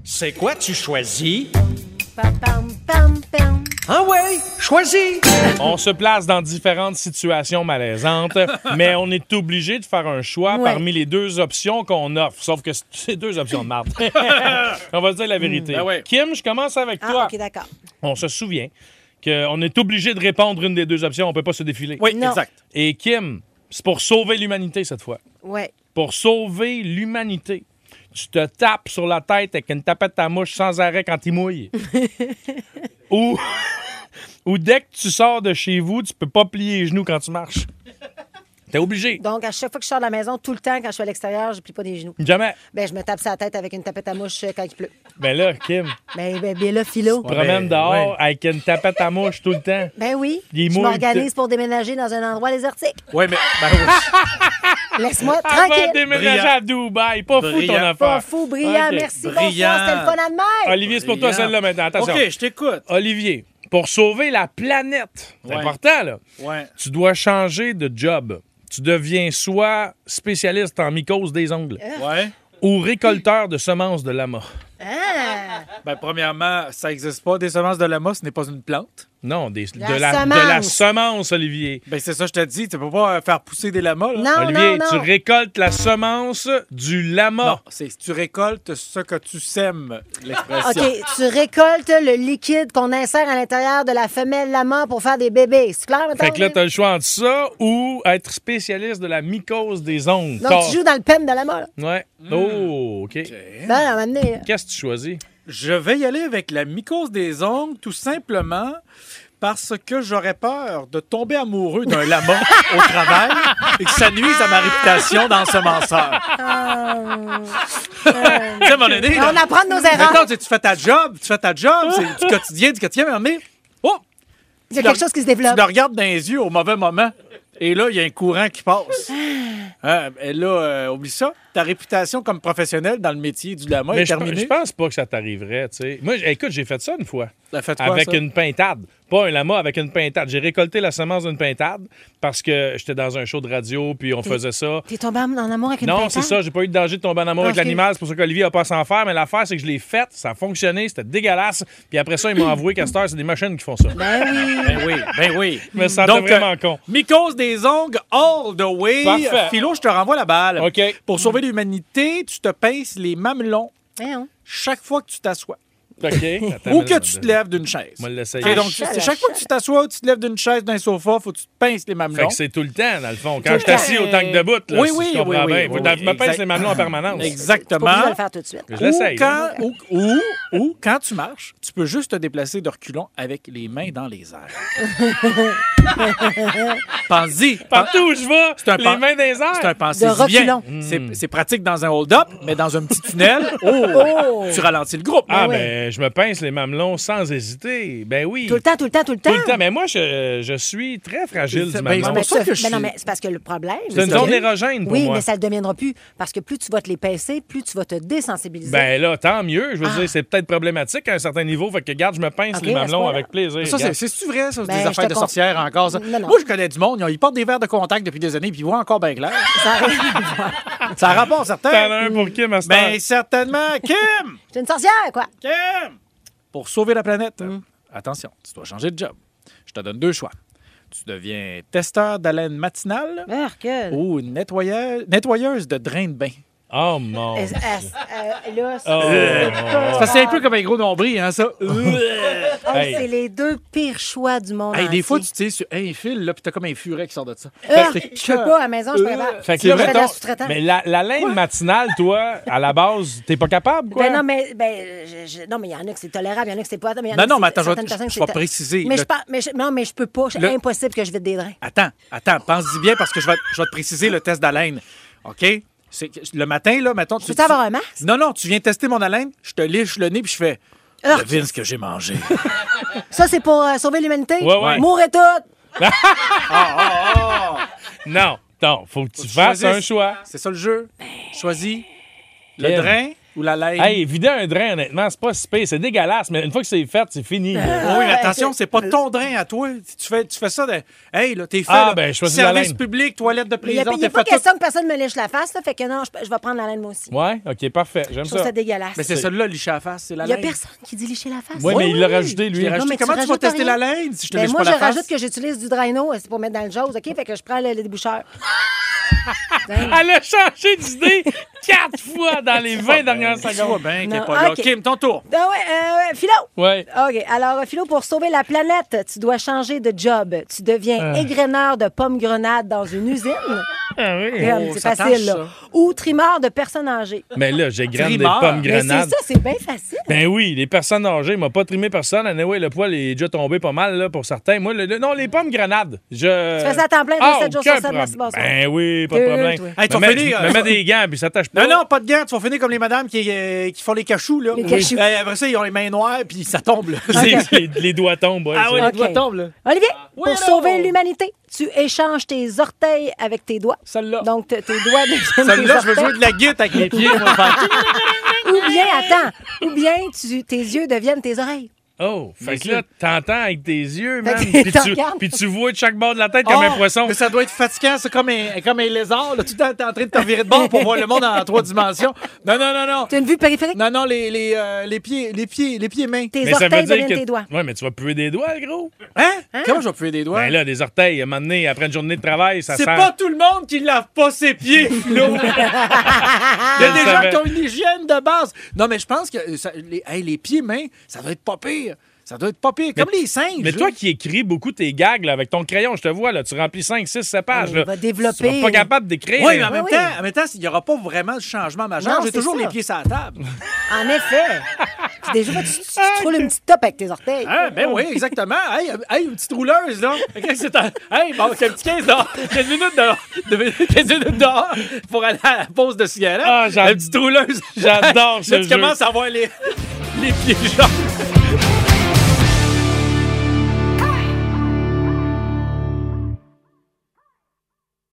[SPEAKER 11] C'est quoi tu choisis?
[SPEAKER 1] Pam, pam, pam, pam.
[SPEAKER 11] Ah ouais, choisis!
[SPEAKER 2] On se place dans différentes situations malaisantes, mais on est obligé de faire un choix
[SPEAKER 1] Ouais.
[SPEAKER 2] parmi les deux options qu'on offre. Sauf que c'est- c'est deux options de marde. on va se dire la vérité.
[SPEAKER 3] Ben ouais.
[SPEAKER 2] Kim, je commence avec toi.
[SPEAKER 1] Ah, OK, d'accord.
[SPEAKER 2] On se souvient qu'on est obligé de répondre une des deux options. On peut pas se défiler.
[SPEAKER 3] Oui,
[SPEAKER 1] Non.
[SPEAKER 3] exact.
[SPEAKER 2] Et Kim, c'est pour sauver l'humanité cette fois.
[SPEAKER 1] Ouais.
[SPEAKER 2] Pour sauver l'humanité. Tu te tapes sur la tête avec une tapette à mouche sans arrêt quand il mouille. ou, <laughs> ou dès que tu sors de chez vous, tu peux pas plier les genoux quand tu marches. T'es obligé.
[SPEAKER 1] Donc, à chaque fois que je sors de la maison, tout le temps, quand je suis à l'extérieur, je plie pas des genoux.
[SPEAKER 2] Jamais.
[SPEAKER 1] Ben, je me tape sa tête avec une tapette à mouche euh, quand il pleut.
[SPEAKER 2] Ben là, Kim,
[SPEAKER 1] Ben, ben, ben là, philo.
[SPEAKER 2] te
[SPEAKER 3] ben,
[SPEAKER 2] promène dehors
[SPEAKER 3] ouais.
[SPEAKER 2] avec une tapette à mouche tout le temps.
[SPEAKER 1] Ben oui.
[SPEAKER 2] Il
[SPEAKER 1] je
[SPEAKER 2] mouille,
[SPEAKER 1] m'organise pour déménager dans un endroit désertique.
[SPEAKER 3] Oui, mais ben oui.
[SPEAKER 1] Laisse-moi
[SPEAKER 2] <laughs> Avant de
[SPEAKER 1] tranquille.
[SPEAKER 2] déménager
[SPEAKER 3] Brillant.
[SPEAKER 2] à Dubaï. Pas fou ton
[SPEAKER 3] Brillant.
[SPEAKER 2] affaire.
[SPEAKER 1] Pas fou, brillant.
[SPEAKER 2] Ok.
[SPEAKER 1] Merci,
[SPEAKER 3] Brillant.
[SPEAKER 1] bonsoir. C'était le fun à demain.
[SPEAKER 2] Olivier, c'est pour toi celle-là maintenant. Attention.
[SPEAKER 3] OK, je t'écoute.
[SPEAKER 2] Olivier, pour sauver la planète, c'est
[SPEAKER 3] Ouais.
[SPEAKER 2] important, là.
[SPEAKER 3] Ouais.
[SPEAKER 2] Tu dois changer de job. Tu deviens soit spécialiste en mycose des ongles
[SPEAKER 1] Euh.
[SPEAKER 3] Ouais.
[SPEAKER 2] ou récolteur de semences de lama.
[SPEAKER 1] Ah,
[SPEAKER 3] Ben, premièrement, ça n'existe pas. Des semences de lama, ce n'est pas une plante.
[SPEAKER 2] Non, des-
[SPEAKER 1] La
[SPEAKER 2] de, la,
[SPEAKER 1] semence.
[SPEAKER 2] de la semence, Olivier.
[SPEAKER 3] Ben, c'est ça, je te dis. Tu peux pas euh, faire pousser des lamas, là.
[SPEAKER 1] Non,
[SPEAKER 2] Olivier,
[SPEAKER 1] non,
[SPEAKER 2] tu
[SPEAKER 1] non.
[SPEAKER 2] récoltes la semence du
[SPEAKER 3] Non,
[SPEAKER 2] lama.
[SPEAKER 3] c'est tu récoltes ce que tu sèmes, l'expression.
[SPEAKER 1] OK, tu récoltes le liquide qu'on insère à l'intérieur de la femelle lama pour faire des bébés. C'est clair, maintenant?
[SPEAKER 2] Fait que là, t'as le choix entre ça ou être spécialiste de la mycose des ongles.
[SPEAKER 1] Donc,
[SPEAKER 2] T'as-
[SPEAKER 1] tu joues dans le pen de lama, là.
[SPEAKER 2] Ouais. Oh, OK.
[SPEAKER 1] Non, non, à un moment donné, là.
[SPEAKER 2] Qu'est-ce que tu choisis?
[SPEAKER 3] Je vais y aller avec la mycose des ongles, tout simplement parce que j'aurais peur de tomber amoureux d'un
[SPEAKER 1] <laughs>
[SPEAKER 3] lama au travail et que ça nuise à ma réputation d'ensemenceur. <laughs> Tu sais, à un moment donné, là,
[SPEAKER 1] Ah. Euh, On apprend de nos
[SPEAKER 3] mettons,
[SPEAKER 1] erreurs.
[SPEAKER 3] tu sais, tu fais ta job, tu fais ta job, c'est du quotidien, du quotidien, mais à un moment donné, oh,
[SPEAKER 1] Il y a quelque chose qui se développe.
[SPEAKER 3] Tu le regardes dans les yeux au mauvais moment. Et là, il y a un courant qui passe. Ah, et là, Ah, euh, oublie ça. ta réputation comme professionnel dans le métier du lama
[SPEAKER 2] Mais
[SPEAKER 3] est
[SPEAKER 2] je, pe-
[SPEAKER 3] terminée.
[SPEAKER 2] je pense pas que ça t'arriverait, tu sais. Moi, j- écoute, j'ai fait ça une fois.
[SPEAKER 3] T'as fait quoi,
[SPEAKER 2] Avec
[SPEAKER 3] ça?
[SPEAKER 2] une pintade. Pas un lama, avec une pintade. J'ai récolté la semence d'une pintade parce que j'étais dans un show de radio, puis on
[SPEAKER 1] T'es-
[SPEAKER 2] faisait ça.
[SPEAKER 1] T'es tombé en en amour avec une
[SPEAKER 2] Non,
[SPEAKER 1] pintade?
[SPEAKER 2] c'est ça, j'ai pas eu de danger de tomber en amour
[SPEAKER 1] Ah,
[SPEAKER 2] avec
[SPEAKER 1] ok.
[SPEAKER 2] l'animal, c'est pour ça qu'Olivier a pas à s'en faire, mais l'affaire, c'est que je l'ai faite, ça a fonctionné, c'était dégueulasse, puis après ça, ils m'ont avoué qu'à cette heure, c'est des machines qui font ça.
[SPEAKER 1] Ben oui.
[SPEAKER 3] Ben oui, <laughs> ben oui.
[SPEAKER 2] <laughs> Mais ça
[SPEAKER 3] Donc,
[SPEAKER 2] était vraiment
[SPEAKER 3] euh,
[SPEAKER 2] con.
[SPEAKER 3] Mycose des ongles all the way.
[SPEAKER 2] Parfait.
[SPEAKER 3] Philo, je te renvoie la balle.
[SPEAKER 2] OK.
[SPEAKER 3] Pour sauver l'humanité, tu te pinces les mamelons
[SPEAKER 1] Ben non.
[SPEAKER 3] chaque fois que tu t'assois
[SPEAKER 2] OK.
[SPEAKER 3] ou que tu te lèves d'une chaise.
[SPEAKER 2] Moi, l'essayer.
[SPEAKER 3] Et donc, tu-
[SPEAKER 1] Ah, chaise.
[SPEAKER 3] chaque fois que tu t'assois ou tu te lèves d'une chaise, d'un sofa, faut que tu te pinces les
[SPEAKER 2] Fait
[SPEAKER 3] mamelons.
[SPEAKER 2] que c'est tout le temps, dans le fond.
[SPEAKER 1] Tout
[SPEAKER 2] Quand
[SPEAKER 1] le
[SPEAKER 2] je t'assis
[SPEAKER 1] temps.
[SPEAKER 2] au tank de bout, là,
[SPEAKER 3] Oui,
[SPEAKER 2] si
[SPEAKER 3] oui,
[SPEAKER 2] je comprends
[SPEAKER 3] oui,
[SPEAKER 2] bien.
[SPEAKER 3] oui,
[SPEAKER 2] Faut-
[SPEAKER 3] oui,
[SPEAKER 2] me pince
[SPEAKER 3] exact.
[SPEAKER 2] les mamelons en permanence.
[SPEAKER 1] Pas obligé de le
[SPEAKER 3] Exactement.
[SPEAKER 1] faire tout de suite.
[SPEAKER 2] Je
[SPEAKER 3] Ou
[SPEAKER 2] l'essaye.
[SPEAKER 3] quand, ou, ou, ou quand tu marches, tu peux juste te déplacer de reculons avec les mains dans les airs.
[SPEAKER 1] <laughs>
[SPEAKER 3] Pense-y.
[SPEAKER 2] Partout où je vais,
[SPEAKER 3] C'est un
[SPEAKER 2] les
[SPEAKER 3] pan-
[SPEAKER 2] mains dans les airs.
[SPEAKER 3] C'est un pensée
[SPEAKER 1] De
[SPEAKER 3] bien.
[SPEAKER 1] reculons.
[SPEAKER 3] C'est- C'est pratique dans un hold-up, mais dans un petit
[SPEAKER 1] <laughs>
[SPEAKER 3] tunnel, oh,
[SPEAKER 1] Oh.
[SPEAKER 3] tu ralentis le groupe.
[SPEAKER 2] Ah,
[SPEAKER 1] ouais.
[SPEAKER 2] ben, je me pince les mamelons sans hésiter. Ben oui.
[SPEAKER 1] Tout le temps, tout le temps, tout le temps.
[SPEAKER 2] Tout le temps. Mais moi, je, je suis très fragile
[SPEAKER 3] C'est-
[SPEAKER 1] Non,
[SPEAKER 3] ben, C'est
[SPEAKER 2] du mamelon.
[SPEAKER 1] mais,
[SPEAKER 3] pour ça
[SPEAKER 1] ça-
[SPEAKER 3] que je
[SPEAKER 1] mais non,
[SPEAKER 3] suis-
[SPEAKER 1] mais c'est parce que le problème.
[SPEAKER 2] C'est une
[SPEAKER 1] que-
[SPEAKER 2] zone érogène pour
[SPEAKER 1] Oui,
[SPEAKER 2] moi.
[SPEAKER 1] mais ça ne le deviendra plus parce que plus tu vas te les pincer, plus tu vas te désensibiliser.
[SPEAKER 2] Ben là, tant mieux. Je veux
[SPEAKER 1] Ah.
[SPEAKER 2] dire, c'est peut-être problématique à un certain niveau. Fait que, regarde, je me pince
[SPEAKER 1] Ok,
[SPEAKER 2] les
[SPEAKER 1] à ce
[SPEAKER 2] mamelons
[SPEAKER 1] point-là.
[SPEAKER 2] avec plaisir.
[SPEAKER 3] Ça, c'est-
[SPEAKER 2] Regarde.
[SPEAKER 3] c'est-tu vrai, ça? C'est
[SPEAKER 1] Ben,
[SPEAKER 3] des
[SPEAKER 1] je
[SPEAKER 3] affaires
[SPEAKER 1] te
[SPEAKER 3] de
[SPEAKER 1] con-
[SPEAKER 3] sorcières encore, ça?
[SPEAKER 1] Non, non.
[SPEAKER 3] Moi, je connais du monde. Ils portent des verres de contact depuis des années, puis ils voient encore bien clair.
[SPEAKER 1] Ça arrive.
[SPEAKER 3] ça a rapport, certain.
[SPEAKER 2] T'en as un pour qui, ma star?
[SPEAKER 3] Ben, certainement. Kim!
[SPEAKER 1] J'étais une sorcière, quoi.
[SPEAKER 3] Kim! Hum! Pour sauver la planète,
[SPEAKER 1] Hum.
[SPEAKER 3] attention, tu dois changer de job. Je te donne deux choix. Tu deviens testeur d'haleine matinale
[SPEAKER 1] Merkel.
[SPEAKER 3] ou nettoyeuse, nettoyeuse de drain de bain.
[SPEAKER 2] Oh mon.
[SPEAKER 1] Est- est- euh, là, c'est-
[SPEAKER 3] Ah,
[SPEAKER 2] Oh,
[SPEAKER 1] Ah.
[SPEAKER 3] C'est parce que c'est un peu comme un gros nombril, hein, ça.
[SPEAKER 1] Oh,
[SPEAKER 2] Hey.
[SPEAKER 1] c'est les deux pires choix du monde.
[SPEAKER 3] Hey, des
[SPEAKER 1] entier.
[SPEAKER 3] fois, tu tires sur un fil, là, puis t'as comme un furet qui sort de ça.
[SPEAKER 1] Ah,
[SPEAKER 3] C'est
[SPEAKER 1] je peux pas, à la maison,
[SPEAKER 3] Euh,
[SPEAKER 1] je prépare.
[SPEAKER 2] Fait que,
[SPEAKER 1] Je Ben fais de la
[SPEAKER 2] mettons,
[SPEAKER 1] sous-traitante.
[SPEAKER 2] mais la, la laine matinale, toi, à la base, t'es pas capable, quoi?
[SPEAKER 1] Ben non, mais ben, je- je- non, mais il y en a que c'est tolérable, il y en a que c'est pas. mais il y en a
[SPEAKER 3] Non,
[SPEAKER 1] que
[SPEAKER 3] non,
[SPEAKER 1] c'est-
[SPEAKER 3] mais attends, je vais-
[SPEAKER 1] certaines personnes que
[SPEAKER 3] je vais
[SPEAKER 1] c'est-
[SPEAKER 3] préciser,
[SPEAKER 1] Mais
[SPEAKER 3] le-
[SPEAKER 1] je par- mais je- non, mais je peux pas. C'est
[SPEAKER 3] Le-
[SPEAKER 1] impossible que je vide des drains.
[SPEAKER 3] Attends, attends, pense-y bien parce que je vais, je vais te préciser le test d'haleine. OK? C'est que le matin, là, mettons.
[SPEAKER 1] Peux-tu avoir un masque?
[SPEAKER 3] Non, non, tu viens tester mon haleine, je te liche le nez, puis je fais.
[SPEAKER 1] Ah.
[SPEAKER 3] Devine ce que j'ai mangé.
[SPEAKER 1] Ça, c'est pour euh, sauver l'humanité.
[SPEAKER 2] Ouais, ouais.
[SPEAKER 1] Mourrez toutes.
[SPEAKER 2] Non, non, faut que tu
[SPEAKER 3] Tu
[SPEAKER 2] fasses
[SPEAKER 3] choisis-
[SPEAKER 2] un choix.
[SPEAKER 3] C'est ça le jeu. Choisis le
[SPEAKER 2] Kim.
[SPEAKER 3] drain ou la laine.
[SPEAKER 2] Hey, vider un drain, honnêtement, c'est pas si pire. C'est dégueulasse, mais une fois que c'est fait, c'est fini.
[SPEAKER 1] Ah.
[SPEAKER 2] là.
[SPEAKER 3] Oui, mais attention, c'est pas ton drain à toi. Tu fais, tu fais ça de. Hey, là, t'es fait.
[SPEAKER 2] Ah,
[SPEAKER 3] là,
[SPEAKER 2] ben, je choisis la
[SPEAKER 3] Service
[SPEAKER 2] laine.
[SPEAKER 3] public, toilette de
[SPEAKER 1] Il n'y a,
[SPEAKER 3] prison,
[SPEAKER 1] il y a
[SPEAKER 3] t'es
[SPEAKER 1] pas
[SPEAKER 3] fait tout.
[SPEAKER 1] question que personne me lèche la face, là, fait que non, je, je vais prendre la laine moi aussi.
[SPEAKER 2] Ouais, ok, parfait. J'aime
[SPEAKER 1] Je trouve
[SPEAKER 2] ça.
[SPEAKER 1] ça dégueulasse.
[SPEAKER 3] Mais c'est celui-là, liché à la face, c'est la
[SPEAKER 1] Il n'y a
[SPEAKER 3] laine.
[SPEAKER 1] personne qui dit licher la face.
[SPEAKER 2] Ouais, mais il l'a rajouté,
[SPEAKER 3] Je
[SPEAKER 2] lui.
[SPEAKER 3] l'ai rajouté.
[SPEAKER 1] mais tu
[SPEAKER 3] Comment tu, vas
[SPEAKER 1] rajoutes
[SPEAKER 3] tester
[SPEAKER 1] rien?
[SPEAKER 3] la laine si je te
[SPEAKER 1] Ben,
[SPEAKER 3] lèche
[SPEAKER 1] moi,
[SPEAKER 3] pas
[SPEAKER 1] je
[SPEAKER 3] la face?
[SPEAKER 1] rajoute que j'utilise du Drano, euh, c'est pour mettre dans le jose, OK? Fait que je prends le, le déboucheur.
[SPEAKER 2] Elle a changé d'idée <laughs> quatre fois dans les 20 dernières secondes.
[SPEAKER 3] Ben, t'es
[SPEAKER 1] Non,
[SPEAKER 3] pas là.
[SPEAKER 1] ok.
[SPEAKER 3] Kim, ton tour.
[SPEAKER 1] Ah ouais, euh, Philo!
[SPEAKER 2] Ouais.
[SPEAKER 1] OK. Alors, Philo, pour sauver la planète, tu dois changer de job. Tu
[SPEAKER 2] Euh.
[SPEAKER 1] deviens égreneur de pommes-grenades dans une
[SPEAKER 2] <laughs>
[SPEAKER 1] usine.
[SPEAKER 2] Ah
[SPEAKER 1] Crème,
[SPEAKER 3] Oh,
[SPEAKER 1] c'est
[SPEAKER 3] ça tâche,
[SPEAKER 1] facile, là.
[SPEAKER 3] ça.
[SPEAKER 1] Ou trimeur de personnes âgées.
[SPEAKER 2] Mais là, j'ai grandi des
[SPEAKER 3] Trimeur.
[SPEAKER 2] pommes
[SPEAKER 1] Mais c'est
[SPEAKER 2] grenades.
[SPEAKER 1] ça, c'est bien facile.
[SPEAKER 2] Ben oui, les personnes âgées, il m'a pas trimé personne. Anyway, le poil est déjà tombé pas mal là, pour certains. Moi, le- le- non, les pommes grenades. Je...
[SPEAKER 1] Tu fais ça à temps plein,
[SPEAKER 2] Ah,
[SPEAKER 1] 27 jours sur
[SPEAKER 2] aucun
[SPEAKER 1] sept, merci,
[SPEAKER 2] problème.
[SPEAKER 1] bonsoir.
[SPEAKER 2] Ben oui, pas de
[SPEAKER 1] Deux,
[SPEAKER 2] problème.
[SPEAKER 1] toi.
[SPEAKER 3] Hey, tu
[SPEAKER 2] me,
[SPEAKER 3] vas
[SPEAKER 2] mets,
[SPEAKER 3] finir,
[SPEAKER 2] me
[SPEAKER 3] euh,
[SPEAKER 2] mets des gants, puis ça tâche pas.
[SPEAKER 3] Non, non, pas de gants. Tu vas finir comme les madames qui, euh, qui font les cachous, là.
[SPEAKER 1] Les cachous.
[SPEAKER 3] Hey, après ça, ils ont les mains noires, puis ça tombe, là. <laughs>
[SPEAKER 2] <laughs> Les, les- les doigts tombent. ouais, ça.
[SPEAKER 3] oui, les
[SPEAKER 1] OK.
[SPEAKER 3] doigts tombent, là. Ah.
[SPEAKER 1] Olivier,
[SPEAKER 3] Oui,
[SPEAKER 1] pour
[SPEAKER 3] allô?
[SPEAKER 1] sauver l'humanité, tu échanges tes orteils avec tes doigts.
[SPEAKER 3] Celle-là.
[SPEAKER 1] Donc, t- tes doigts deviennent
[SPEAKER 3] Celle-là,
[SPEAKER 1] tes
[SPEAKER 3] je veux jouer
[SPEAKER 1] orteils.
[SPEAKER 3] de la guitare avec mes pieds. moi, faire-
[SPEAKER 1] Ou bien, attends, ou bien tu, tes yeux deviennent tes oreilles.
[SPEAKER 2] Oh, fait que là, t'entends avec tes yeux,
[SPEAKER 1] Fait
[SPEAKER 2] man.
[SPEAKER 1] <laughs> que
[SPEAKER 2] Puis
[SPEAKER 1] t'en
[SPEAKER 2] tu,
[SPEAKER 1] regardes.
[SPEAKER 2] puis tu vois de chaque bord de la tête comme un
[SPEAKER 3] Oh,
[SPEAKER 2] poisson.
[SPEAKER 3] Mais ça doit être fatigant. C'est comme un, comme un lézard, là. Tout le temps, t'es en train de te virer de bord pour voir le monde en trois dimensions. Non, non, non, non.
[SPEAKER 1] Tu as une vue périphérique?
[SPEAKER 3] Non, non, les, les, euh, les pieds, les pieds, les pieds et mains.
[SPEAKER 1] Tes
[SPEAKER 2] Mais ça veut
[SPEAKER 1] orteils
[SPEAKER 2] dire
[SPEAKER 1] deviennent
[SPEAKER 2] que.
[SPEAKER 1] tes doigts.
[SPEAKER 2] Ouais, mais tu vas puer des doigts, gros.
[SPEAKER 3] Hein? Comment je vais puer des doigts?
[SPEAKER 2] Ben là, des orteils, à un moment donné, après une journée de travail, ça
[SPEAKER 3] c'est
[SPEAKER 2] sent.
[SPEAKER 3] pas tout le monde qui lave pas ses pieds,
[SPEAKER 2] <laughs>
[SPEAKER 3] Flo. Il y a
[SPEAKER 2] Je
[SPEAKER 3] des
[SPEAKER 2] savais.
[SPEAKER 3] gens qui ont une hygiène de base. Non, mais je pense que euh, ça- les, hey, les pieds, mains, ça doit être pas pire. Ça doit être pas pire. Comme les singes.
[SPEAKER 2] Mais
[SPEAKER 3] là.
[SPEAKER 2] toi qui écris beaucoup tes gags là, avec ton crayon, je te vois, là, tu remplis 5, 6, 7 pages.
[SPEAKER 1] On
[SPEAKER 2] là.
[SPEAKER 1] va
[SPEAKER 2] Tu seras
[SPEAKER 1] développer.
[SPEAKER 2] pas capable d'écrire.
[SPEAKER 3] Oui, mais en même,
[SPEAKER 1] oui.
[SPEAKER 3] temps, en même temps, il n'y aura pas vraiment de changement majeur.
[SPEAKER 1] Non,
[SPEAKER 3] J'ai
[SPEAKER 1] c'est
[SPEAKER 3] toujours
[SPEAKER 1] ça.
[SPEAKER 3] les pieds sur la table.
[SPEAKER 1] En effet. Puis Déjà, tu, tu- tu trouves une petite top avec tes orteils.
[SPEAKER 3] Hein, ben oui, <laughs> exactement. Hey, euh, hey, une petite rouleuse, <laughs> là. Fait que c'est un- Hey, bon, c'est un petit 15 dehors. 15 minutes dehors. <laughs> De- 15 minutes dehors pour aller à la pause de cigarette.
[SPEAKER 2] Ah, j'ad-
[SPEAKER 3] Une petite rouleuse. <laughs>
[SPEAKER 2] J'adore
[SPEAKER 3] Là,
[SPEAKER 2] ce
[SPEAKER 3] tu
[SPEAKER 2] jeu.
[SPEAKER 3] commences à voir les, les pieds jaunes.